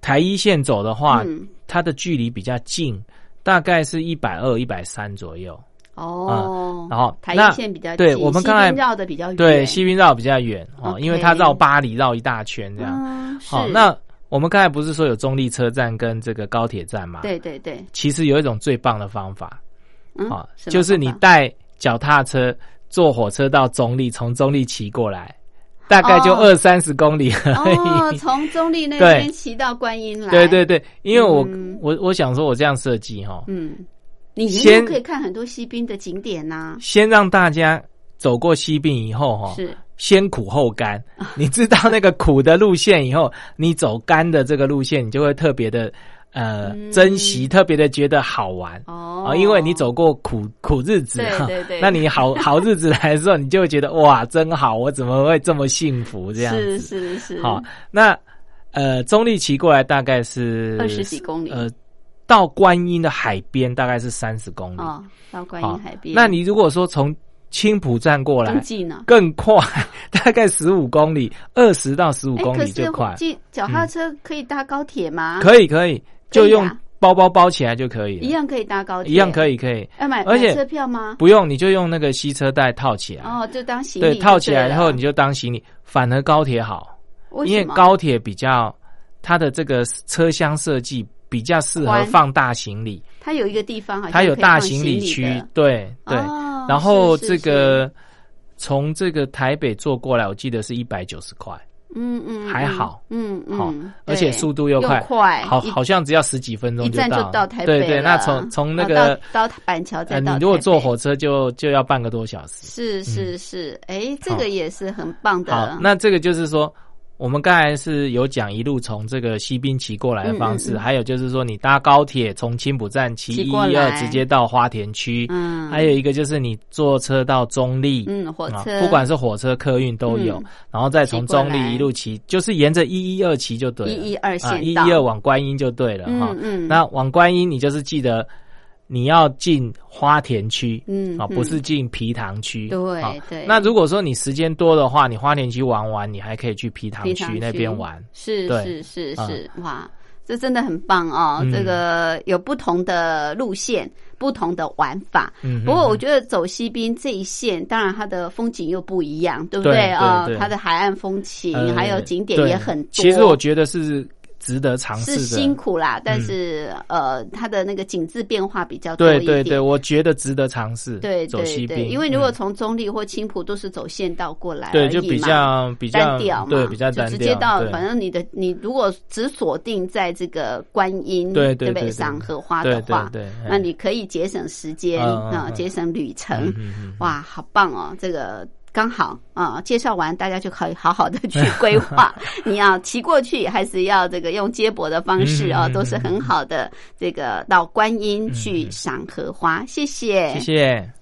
[SPEAKER 4] 台一线走的话，
[SPEAKER 1] 嗯
[SPEAKER 4] 它的距离比较近，大概是一百二、一百三左右。
[SPEAKER 1] 哦，
[SPEAKER 4] 啊然后
[SPEAKER 1] 台
[SPEAKER 4] 那
[SPEAKER 1] 一线比较近，
[SPEAKER 4] 对我们
[SPEAKER 1] 西
[SPEAKER 4] 刚才
[SPEAKER 1] 边绕的比较远，
[SPEAKER 4] 对，西滨绕比较远哦，
[SPEAKER 1] OK
[SPEAKER 4] 因为它绕巴黎绕一大圈这样。
[SPEAKER 1] 嗯，是
[SPEAKER 4] 好，那我们刚才不是说有中立车站跟这个高铁站吗？，
[SPEAKER 1] 对对对，
[SPEAKER 4] 其实有一种最棒的方法
[SPEAKER 1] 嗯
[SPEAKER 4] 啊，
[SPEAKER 1] 什么
[SPEAKER 4] 就是你
[SPEAKER 1] 方法
[SPEAKER 4] 带脚踏车坐火车到中立，从中立骑过来，大概就
[SPEAKER 1] 哦
[SPEAKER 4] 二三十公里而
[SPEAKER 1] 哦，
[SPEAKER 4] 已。
[SPEAKER 1] 从中立那
[SPEAKER 4] 对
[SPEAKER 1] 边骑到观音来，
[SPEAKER 4] 对对，对，因为我
[SPEAKER 1] 嗯
[SPEAKER 4] 我我想说，我这样设计哈，
[SPEAKER 1] 嗯，你沿
[SPEAKER 4] 先
[SPEAKER 1] 路可以看很多西滨的景点呐、
[SPEAKER 4] 先让大家走过西滨以后哈，
[SPEAKER 1] 是
[SPEAKER 4] 先苦后 甘，你知道那个苦的路线以后，你走甘的这个路线，你就会特别的呃、
[SPEAKER 1] 嗯
[SPEAKER 4] 珍惜，特别的觉得好玩。
[SPEAKER 1] 哦
[SPEAKER 4] 啊，因为你走过苦苦日子
[SPEAKER 1] 对
[SPEAKER 4] 哈，
[SPEAKER 1] 对对
[SPEAKER 4] 那你好 好日子来的时候，你就会觉得哇，真好，我怎么会这么幸福这样子？
[SPEAKER 1] 哦是是是，
[SPEAKER 4] 好，那呃，中立骑过来大概是
[SPEAKER 1] 20几公里
[SPEAKER 4] 呃，到观音的海边大概是三十公里。
[SPEAKER 1] 哦，到观
[SPEAKER 4] 好
[SPEAKER 1] 音海边，
[SPEAKER 4] 那你如果说从青浦站过来
[SPEAKER 1] 更，近呢？
[SPEAKER 4] 更快， 大概十五公里，二十到十五
[SPEAKER 1] 哎，
[SPEAKER 4] 公
[SPEAKER 1] 可
[SPEAKER 4] 里
[SPEAKER 1] 是
[SPEAKER 4] 就快，嗯
[SPEAKER 1] 进脚踏车可以搭高铁吗？
[SPEAKER 4] 可以可以，就用
[SPEAKER 1] 啊
[SPEAKER 4] 包包包起来就可以了，
[SPEAKER 1] 一样可以搭高铁，
[SPEAKER 4] 一样
[SPEAKER 1] 以。
[SPEAKER 4] 可以可以，
[SPEAKER 1] 要买
[SPEAKER 4] 而且
[SPEAKER 1] 买车票吗？
[SPEAKER 4] 不用你就用那个吸车带套起来，
[SPEAKER 1] 哦，就当行李
[SPEAKER 4] 对，
[SPEAKER 1] 就
[SPEAKER 4] 套起来以后
[SPEAKER 1] 了
[SPEAKER 4] 你就当行李，反而高铁好，
[SPEAKER 1] 为
[SPEAKER 4] 因为
[SPEAKER 1] 什么
[SPEAKER 4] 高铁比较它的这个车厢设计比较适合
[SPEAKER 1] 宽
[SPEAKER 4] 放大行李，
[SPEAKER 1] 它有一个地方好像
[SPEAKER 4] 它有
[SPEAKER 1] 啊可以
[SPEAKER 4] 大
[SPEAKER 1] 放行
[SPEAKER 4] 李
[SPEAKER 1] 的
[SPEAKER 4] 区，对对，
[SPEAKER 1] 哦
[SPEAKER 4] 然后
[SPEAKER 1] 是
[SPEAKER 4] 这
[SPEAKER 1] 是
[SPEAKER 4] 个。从这个台北坐过来，我记得是一百九十块，
[SPEAKER 1] 嗯嗯
[SPEAKER 4] 还好，
[SPEAKER 1] 嗯嗯
[SPEAKER 4] 好
[SPEAKER 1] 嗯，，
[SPEAKER 4] 而且
[SPEAKER 1] 对
[SPEAKER 4] 速度又快，
[SPEAKER 1] 快，
[SPEAKER 4] 好
[SPEAKER 1] 哎一
[SPEAKER 4] 好像只要十几分钟
[SPEAKER 1] 一站就
[SPEAKER 4] 到
[SPEAKER 1] 到
[SPEAKER 4] 了，
[SPEAKER 1] 台北
[SPEAKER 4] 对
[SPEAKER 1] 了。
[SPEAKER 4] 对，那从从那
[SPEAKER 1] 然后
[SPEAKER 4] 个
[SPEAKER 1] 到到板桥再
[SPEAKER 4] 呃，你
[SPEAKER 1] 到，
[SPEAKER 4] 如果坐。火车就就要半个多小时。
[SPEAKER 1] 是是是，哎，这
[SPEAKER 4] 嗯好
[SPEAKER 1] 个也是很棒的。
[SPEAKER 4] 好，那这个就是说，我们刚才是有讲一路从这个西滨骑过来的
[SPEAKER 1] 嗯
[SPEAKER 4] 方
[SPEAKER 1] 嗯
[SPEAKER 4] 式，
[SPEAKER 1] 嗯
[SPEAKER 4] 还有就是说你搭高铁从青浦站骑
[SPEAKER 1] 骑
[SPEAKER 4] 一
[SPEAKER 1] 过
[SPEAKER 4] 一
[SPEAKER 1] 来
[SPEAKER 4] 二直接到花田区，
[SPEAKER 1] 嗯，
[SPEAKER 4] 还有一个就是你坐车到中立，
[SPEAKER 1] 嗯，火
[SPEAKER 4] 啊
[SPEAKER 1] 车
[SPEAKER 4] 不管是火车、客运都有
[SPEAKER 1] 嗯，
[SPEAKER 4] 然后再从中
[SPEAKER 1] 骑过来
[SPEAKER 4] 立一路骑，就是沿着一一二骑就对了，
[SPEAKER 1] 112
[SPEAKER 4] 啊一
[SPEAKER 1] 线
[SPEAKER 4] 一
[SPEAKER 1] 道
[SPEAKER 4] 二往观音就对了哈
[SPEAKER 1] 嗯。嗯
[SPEAKER 4] 那往观音，你就是记得你要进花田区，
[SPEAKER 1] 嗯
[SPEAKER 4] 啊，
[SPEAKER 1] 嗯
[SPEAKER 4] 不是进皮塘区，
[SPEAKER 1] 对
[SPEAKER 4] 啊
[SPEAKER 1] 对
[SPEAKER 4] 那如果说你时间多的话，你花田区玩完，你还可以去皮塘
[SPEAKER 1] 非
[SPEAKER 4] 区
[SPEAKER 1] 常
[SPEAKER 4] 那
[SPEAKER 1] 区
[SPEAKER 4] 边玩。
[SPEAKER 1] 是
[SPEAKER 4] 对
[SPEAKER 1] 是是
[SPEAKER 4] 啊
[SPEAKER 1] 是，哇，这真的很棒哦！
[SPEAKER 4] 嗯
[SPEAKER 1] 这个有不同的路线，不同的玩法。
[SPEAKER 4] 嗯哼
[SPEAKER 1] 不过我觉得走西滨这一线，当然它的风景又不一样，对不
[SPEAKER 4] 对对
[SPEAKER 1] 啊、
[SPEAKER 4] 对
[SPEAKER 1] 它的海岸风情、
[SPEAKER 4] 呃
[SPEAKER 1] 还有景点
[SPEAKER 4] 对
[SPEAKER 1] 也很多。
[SPEAKER 4] 呃其实我觉得是值得尝试嗯
[SPEAKER 1] 是
[SPEAKER 4] 的。
[SPEAKER 1] 辛苦啦，但是、呃，它的那个景致变化比较多
[SPEAKER 4] 对
[SPEAKER 1] 一点。
[SPEAKER 4] 对对，我觉得值得尝试。
[SPEAKER 1] 对
[SPEAKER 4] 走西
[SPEAKER 1] 对对，
[SPEAKER 4] 滨，
[SPEAKER 1] 因为如果
[SPEAKER 4] 嗯
[SPEAKER 1] 从中立或青浦都是走县道过来而已
[SPEAKER 4] 对
[SPEAKER 1] 嘛，
[SPEAKER 4] 就比较比较
[SPEAKER 1] 单调嘛，
[SPEAKER 4] 对比较
[SPEAKER 1] 就
[SPEAKER 4] 单
[SPEAKER 1] 直
[SPEAKER 4] 调
[SPEAKER 1] 接到
[SPEAKER 4] 对
[SPEAKER 1] 反正你的你如果只锁定在这个观音
[SPEAKER 4] 对对
[SPEAKER 1] 不
[SPEAKER 4] 对
[SPEAKER 1] 对
[SPEAKER 4] 对
[SPEAKER 1] 赏荷花
[SPEAKER 4] 对
[SPEAKER 1] 的话，
[SPEAKER 4] 对对嗯
[SPEAKER 1] 那你可以节省时间
[SPEAKER 4] 嗯嗯
[SPEAKER 1] 啊，
[SPEAKER 4] 嗯
[SPEAKER 1] 节省旅程
[SPEAKER 4] 嗯嗯嗯，
[SPEAKER 1] 哇，好棒哦！这个刚好啊，介绍完大家就可以好好的去规 划，你要骑过去还是要这个用接驳的方式啊，
[SPEAKER 4] 嗯嗯嗯
[SPEAKER 1] 都是很好的。这个到观音去
[SPEAKER 4] 嗯嗯
[SPEAKER 1] 赏荷花，谢谢，
[SPEAKER 4] 谢谢。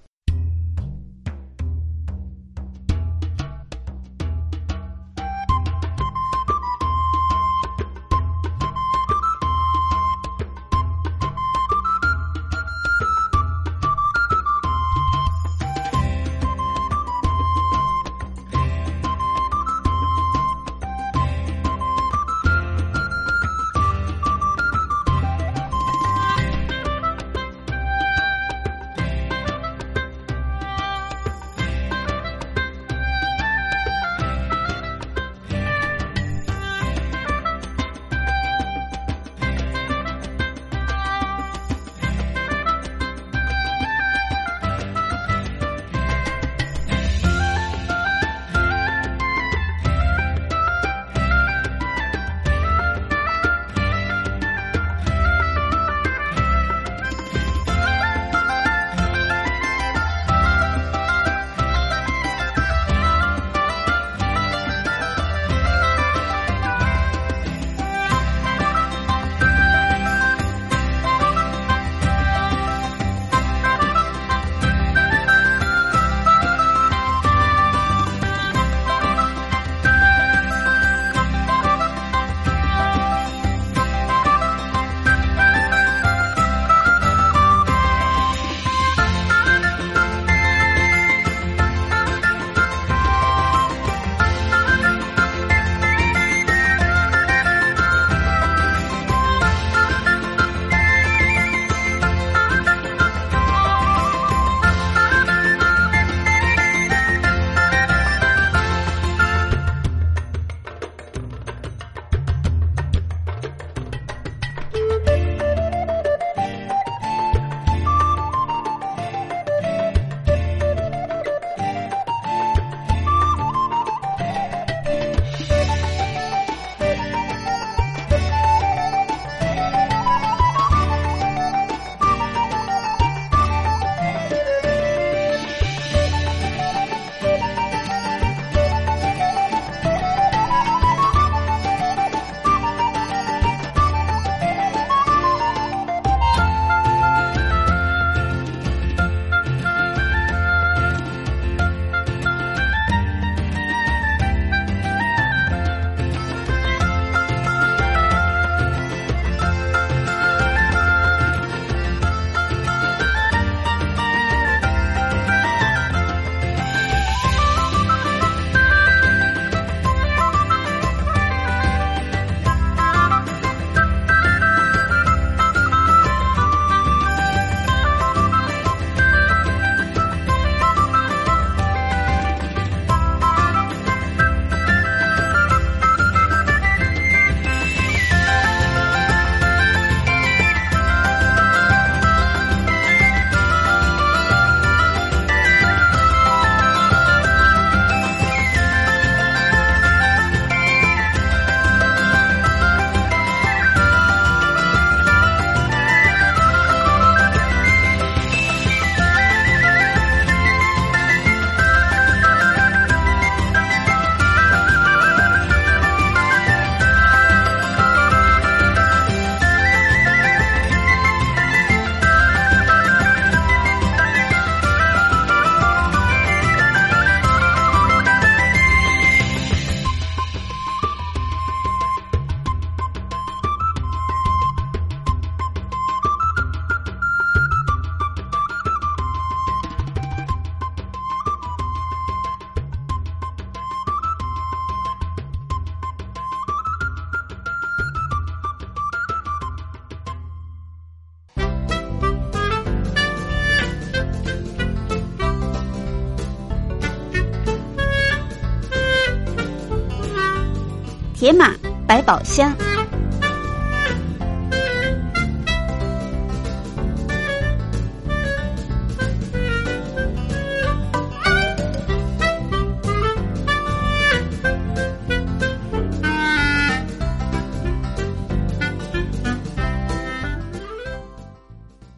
[SPEAKER 1] 解码百宝箱。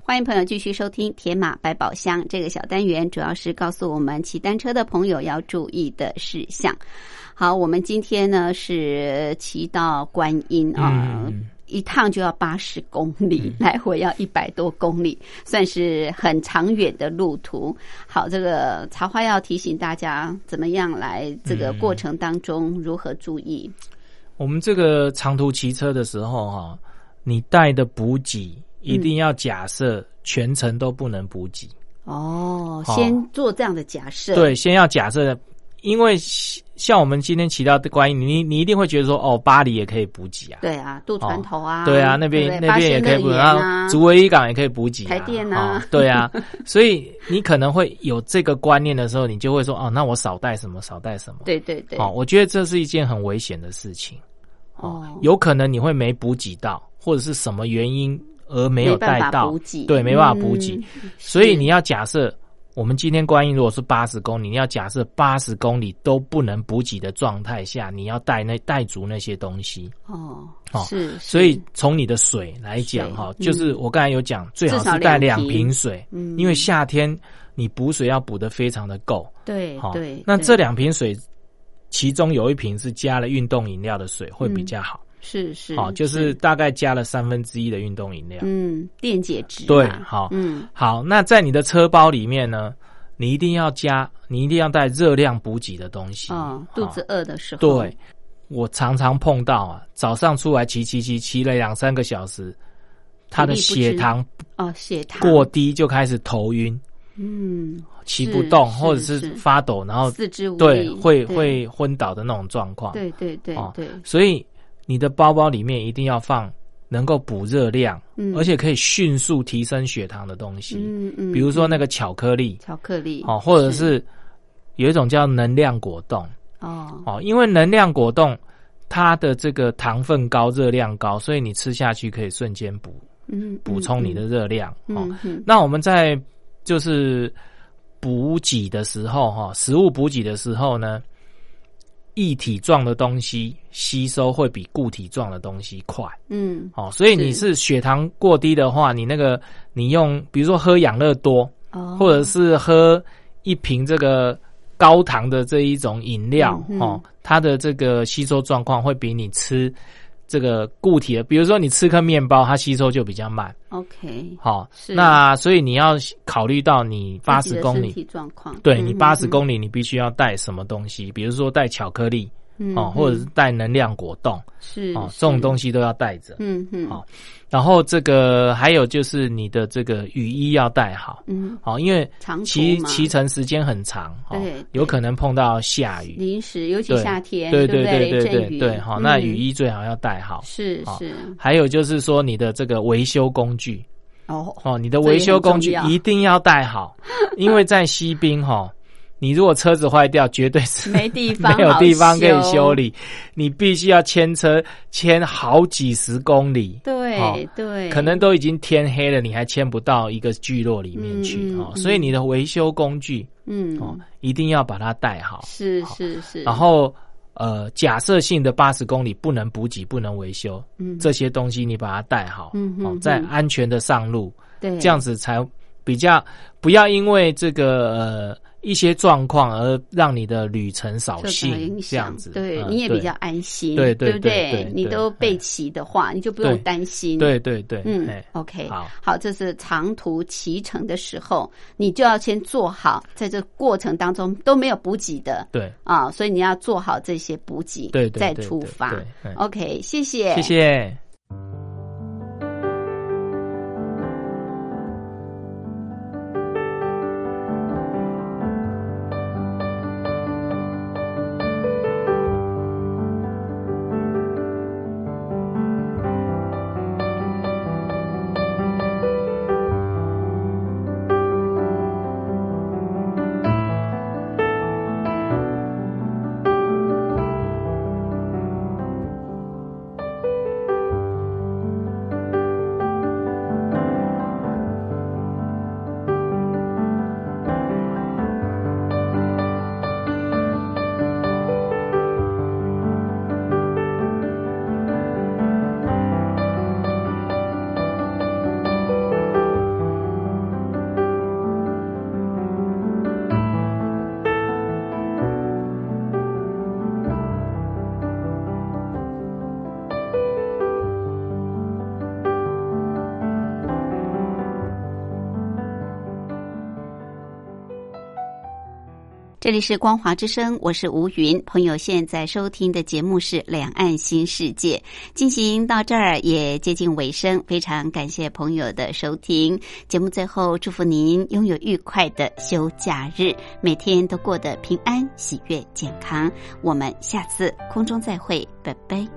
[SPEAKER 1] 欢迎朋友继续收听《铁马百宝箱》这个小单元，主要是告诉我们骑单车的朋友要注意的事项。好，我们今天呢是骑到观音啊。
[SPEAKER 4] 嗯
[SPEAKER 1] 一趟就要八十公里，来回要一百多公里，算是很长远的路途。好，这个茶花要提醒大家怎么样来这个
[SPEAKER 4] 嗯
[SPEAKER 1] 过程当中如何注意。
[SPEAKER 4] 我们这个长途骑车的时候哈、你带的补
[SPEAKER 1] 嗯
[SPEAKER 4] 给一定要假设全程都不能补给。
[SPEAKER 1] 哦，
[SPEAKER 4] 好
[SPEAKER 1] 先做这样的假设，
[SPEAKER 4] 对，先要假设，因为像我们今天骑到的观音，你你一定会觉得说，哦，巴黎也可以补给啊，
[SPEAKER 1] 对啊，渡船头啊，
[SPEAKER 4] 对啊，那边
[SPEAKER 1] 对不对
[SPEAKER 4] 那边也可以补
[SPEAKER 1] 八仙乐
[SPEAKER 4] 给，
[SPEAKER 1] 园啊，
[SPEAKER 4] 竹围渔港也可以补给、啊，
[SPEAKER 1] 台电啊
[SPEAKER 4] 哦对啊， 所以你可能会有这个观念的时候，你就会说，哦，那我少带什么，少带什么，
[SPEAKER 1] 对对对，
[SPEAKER 4] 哦，我觉得这是一件很危险的事情，
[SPEAKER 1] 哦，
[SPEAKER 4] 有可能你会没补给到，或者是什么原因而没
[SPEAKER 1] 没
[SPEAKER 4] 有
[SPEAKER 1] 办
[SPEAKER 4] 带
[SPEAKER 1] 法
[SPEAKER 4] 到
[SPEAKER 1] 补给，
[SPEAKER 4] 对，没办法补给，
[SPEAKER 1] 嗯
[SPEAKER 4] 所以
[SPEAKER 1] 是
[SPEAKER 4] 你要假设，我们今天观音如果是八十公里，你要假设八十公里都不能补给的状态下，你要带那带足那些东西。
[SPEAKER 1] 哦
[SPEAKER 4] 哦，
[SPEAKER 1] 是，是
[SPEAKER 4] 所以从你的水来讲，
[SPEAKER 1] 水
[SPEAKER 4] 哈，
[SPEAKER 1] 嗯
[SPEAKER 4] 就是我刚才有讲，最好
[SPEAKER 1] 至少
[SPEAKER 4] 是带
[SPEAKER 1] 两
[SPEAKER 4] 两
[SPEAKER 1] 瓶
[SPEAKER 4] 瓶水，
[SPEAKER 1] 嗯
[SPEAKER 4] 因为夏天你补水要补得非常的够。
[SPEAKER 1] 对
[SPEAKER 4] 好
[SPEAKER 1] 对，，
[SPEAKER 4] 那
[SPEAKER 1] 对
[SPEAKER 4] 这两瓶水，其中有一瓶是加了运动饮料的水，会比较好。
[SPEAKER 1] 是是
[SPEAKER 4] 好，就是大概加了三分之一的运动饮料。
[SPEAKER 1] 嗯，电解质嘛
[SPEAKER 4] 对，好，
[SPEAKER 1] 嗯
[SPEAKER 4] 好，那在你的车包里面呢，你一定要加，你一定要带热量补给的东西。
[SPEAKER 1] 哦，
[SPEAKER 4] 好
[SPEAKER 1] 肚子饿的时候，
[SPEAKER 4] 对，我常常碰到啊，早上出来骑骑骑骑了两三个小时，他的
[SPEAKER 1] 体力
[SPEAKER 4] 血
[SPEAKER 1] 不支
[SPEAKER 4] 糖
[SPEAKER 1] 哦，血糖
[SPEAKER 4] 过，低就开始头晕，
[SPEAKER 1] 嗯，
[SPEAKER 4] 骑
[SPEAKER 1] 是
[SPEAKER 4] 不动，
[SPEAKER 1] 是
[SPEAKER 4] 或者
[SPEAKER 1] 是
[SPEAKER 4] 是发抖，然后
[SPEAKER 1] 四肢无力，
[SPEAKER 4] 对会
[SPEAKER 1] 对，
[SPEAKER 4] 会昏倒的那种状况。
[SPEAKER 1] 对对对
[SPEAKER 4] 哦
[SPEAKER 1] 对，
[SPEAKER 4] 所以你的包包里面一定要放能够补热量，
[SPEAKER 1] 嗯
[SPEAKER 4] 而且可以迅速提升血糖的东西，
[SPEAKER 1] 嗯嗯，
[SPEAKER 4] 比如说那
[SPEAKER 1] 嗯
[SPEAKER 4] 个巧克力。
[SPEAKER 1] 巧克力，
[SPEAKER 4] 哦，或者是有一种叫能量果冻
[SPEAKER 1] 哦，
[SPEAKER 4] 哦，因为能量果冻它的这个糖分高、热量高，所以你吃下去可以瞬间补
[SPEAKER 1] 嗯，
[SPEAKER 4] 补充你的热量、
[SPEAKER 1] 嗯，
[SPEAKER 4] 哦。
[SPEAKER 1] 嗯嗯
[SPEAKER 4] 那我们在就是补给的时候哈、食物补给的时候呢，液体状的东西吸收会比固体状的东西快。
[SPEAKER 1] 嗯，
[SPEAKER 4] 哦，所以你
[SPEAKER 1] 是
[SPEAKER 4] 是血糖过低的话，你那个你用比如说喝养乐多，
[SPEAKER 1] 哦，
[SPEAKER 4] 或者是喝一瓶这个高糖的这一种饮料、
[SPEAKER 1] 嗯嗯
[SPEAKER 4] 哦，它的这个吸收状况会比你吃这个固体的，比如说你吃颗面包，它吸收就比较慢。
[SPEAKER 1] OK，
[SPEAKER 4] 好、
[SPEAKER 1] 是
[SPEAKER 4] 那所以你要考虑到你八十公
[SPEAKER 1] 自己的身体
[SPEAKER 4] 里，
[SPEAKER 1] 状况，
[SPEAKER 4] 对你
[SPEAKER 1] 嗯
[SPEAKER 4] 八十，公里，你必须要带什么东西？比如说带巧克力
[SPEAKER 1] 嗯
[SPEAKER 4] 哦，或者是带能量果冻
[SPEAKER 1] 是
[SPEAKER 4] 哦，这种东
[SPEAKER 1] 西，
[SPEAKER 4] 西哦都要带着。
[SPEAKER 1] 嗯嗯，
[SPEAKER 4] 好然后这个还有就是你的这个雨衣要带好，
[SPEAKER 1] 嗯，
[SPEAKER 4] 好、因为
[SPEAKER 1] 长途
[SPEAKER 4] 骑
[SPEAKER 1] 嘛
[SPEAKER 4] 骑乘时间很长，哦
[SPEAKER 1] 对对，
[SPEAKER 4] 有可能碰到下雨，
[SPEAKER 1] 临时，尤其
[SPEAKER 4] 对
[SPEAKER 1] 夏天，
[SPEAKER 4] 对
[SPEAKER 1] 不
[SPEAKER 4] 对对
[SPEAKER 1] 阵雨，
[SPEAKER 4] 对对，好，那
[SPEAKER 1] 嗯
[SPEAKER 4] 雨衣哦最好要带好。
[SPEAKER 1] 是
[SPEAKER 4] 好
[SPEAKER 1] 是，
[SPEAKER 4] 还有就是说，你的这个维修工具，
[SPEAKER 1] 哦，
[SPEAKER 4] 哦，你的维修工具
[SPEAKER 1] 这也很重要
[SPEAKER 4] 一定要带 好，因为在西滨，哈，你如果车子坏掉，绝对是
[SPEAKER 1] 没 地方，
[SPEAKER 4] 没有地方可以修。理，你必须要牵车牵好几十公里，
[SPEAKER 1] 对
[SPEAKER 4] 哦
[SPEAKER 1] 对，
[SPEAKER 4] 可能都已经天黑了，你还牵不到一个聚落里面去
[SPEAKER 1] 嗯嗯
[SPEAKER 4] 哦，
[SPEAKER 1] 嗯
[SPEAKER 4] 所以你的维修工具
[SPEAKER 1] 嗯，
[SPEAKER 4] 哦，一定要把它带好。
[SPEAKER 1] 是是是，
[SPEAKER 4] 然后呃，假设性的八十公里不能补给、不能维修，
[SPEAKER 1] 嗯
[SPEAKER 4] 这些东西你把它带好，
[SPEAKER 1] 嗯哼
[SPEAKER 4] 哦
[SPEAKER 1] 哼，
[SPEAKER 4] 在安全的上路，
[SPEAKER 1] 对
[SPEAKER 4] 这样子才比较不要因为这个呃一些状况而让你的旅程扫
[SPEAKER 1] 受到
[SPEAKER 4] 兴
[SPEAKER 1] 影，
[SPEAKER 4] 这样
[SPEAKER 1] 响
[SPEAKER 4] 子，，
[SPEAKER 1] 对
[SPEAKER 4] 嗯
[SPEAKER 1] 你也比较。安心，
[SPEAKER 4] 对对
[SPEAKER 1] 不
[SPEAKER 4] 对对
[SPEAKER 1] 对？你
[SPEAKER 4] 对
[SPEAKER 1] 都备
[SPEAKER 4] 嗯
[SPEAKER 1] 齐的话，你就不用
[SPEAKER 4] 对
[SPEAKER 1] 担心，
[SPEAKER 4] 对对对，
[SPEAKER 1] 嗯
[SPEAKER 4] 哎
[SPEAKER 1] ，OK，
[SPEAKER 4] 好
[SPEAKER 1] 这是长途骑乘的时候，你就要先做好，在这过程当中都没有补给的
[SPEAKER 4] 对，
[SPEAKER 1] 啊，所以你要做好这些补给，
[SPEAKER 4] 对对
[SPEAKER 1] 再
[SPEAKER 4] 对
[SPEAKER 1] 出
[SPEAKER 4] 对
[SPEAKER 1] 发
[SPEAKER 4] 对嗯。
[SPEAKER 1] OK，谢谢，
[SPEAKER 4] 谢。谢。
[SPEAKER 1] 这里是光华之声，我是吴云。朋友现在收听的节目是《两岸新世界》，进行到这儿也接近尾声，非常感谢朋友的收听。节目最后，祝福您拥有愉快的休假日，每天都过得平安、喜悦、健康。我们下次空中再会，拜拜。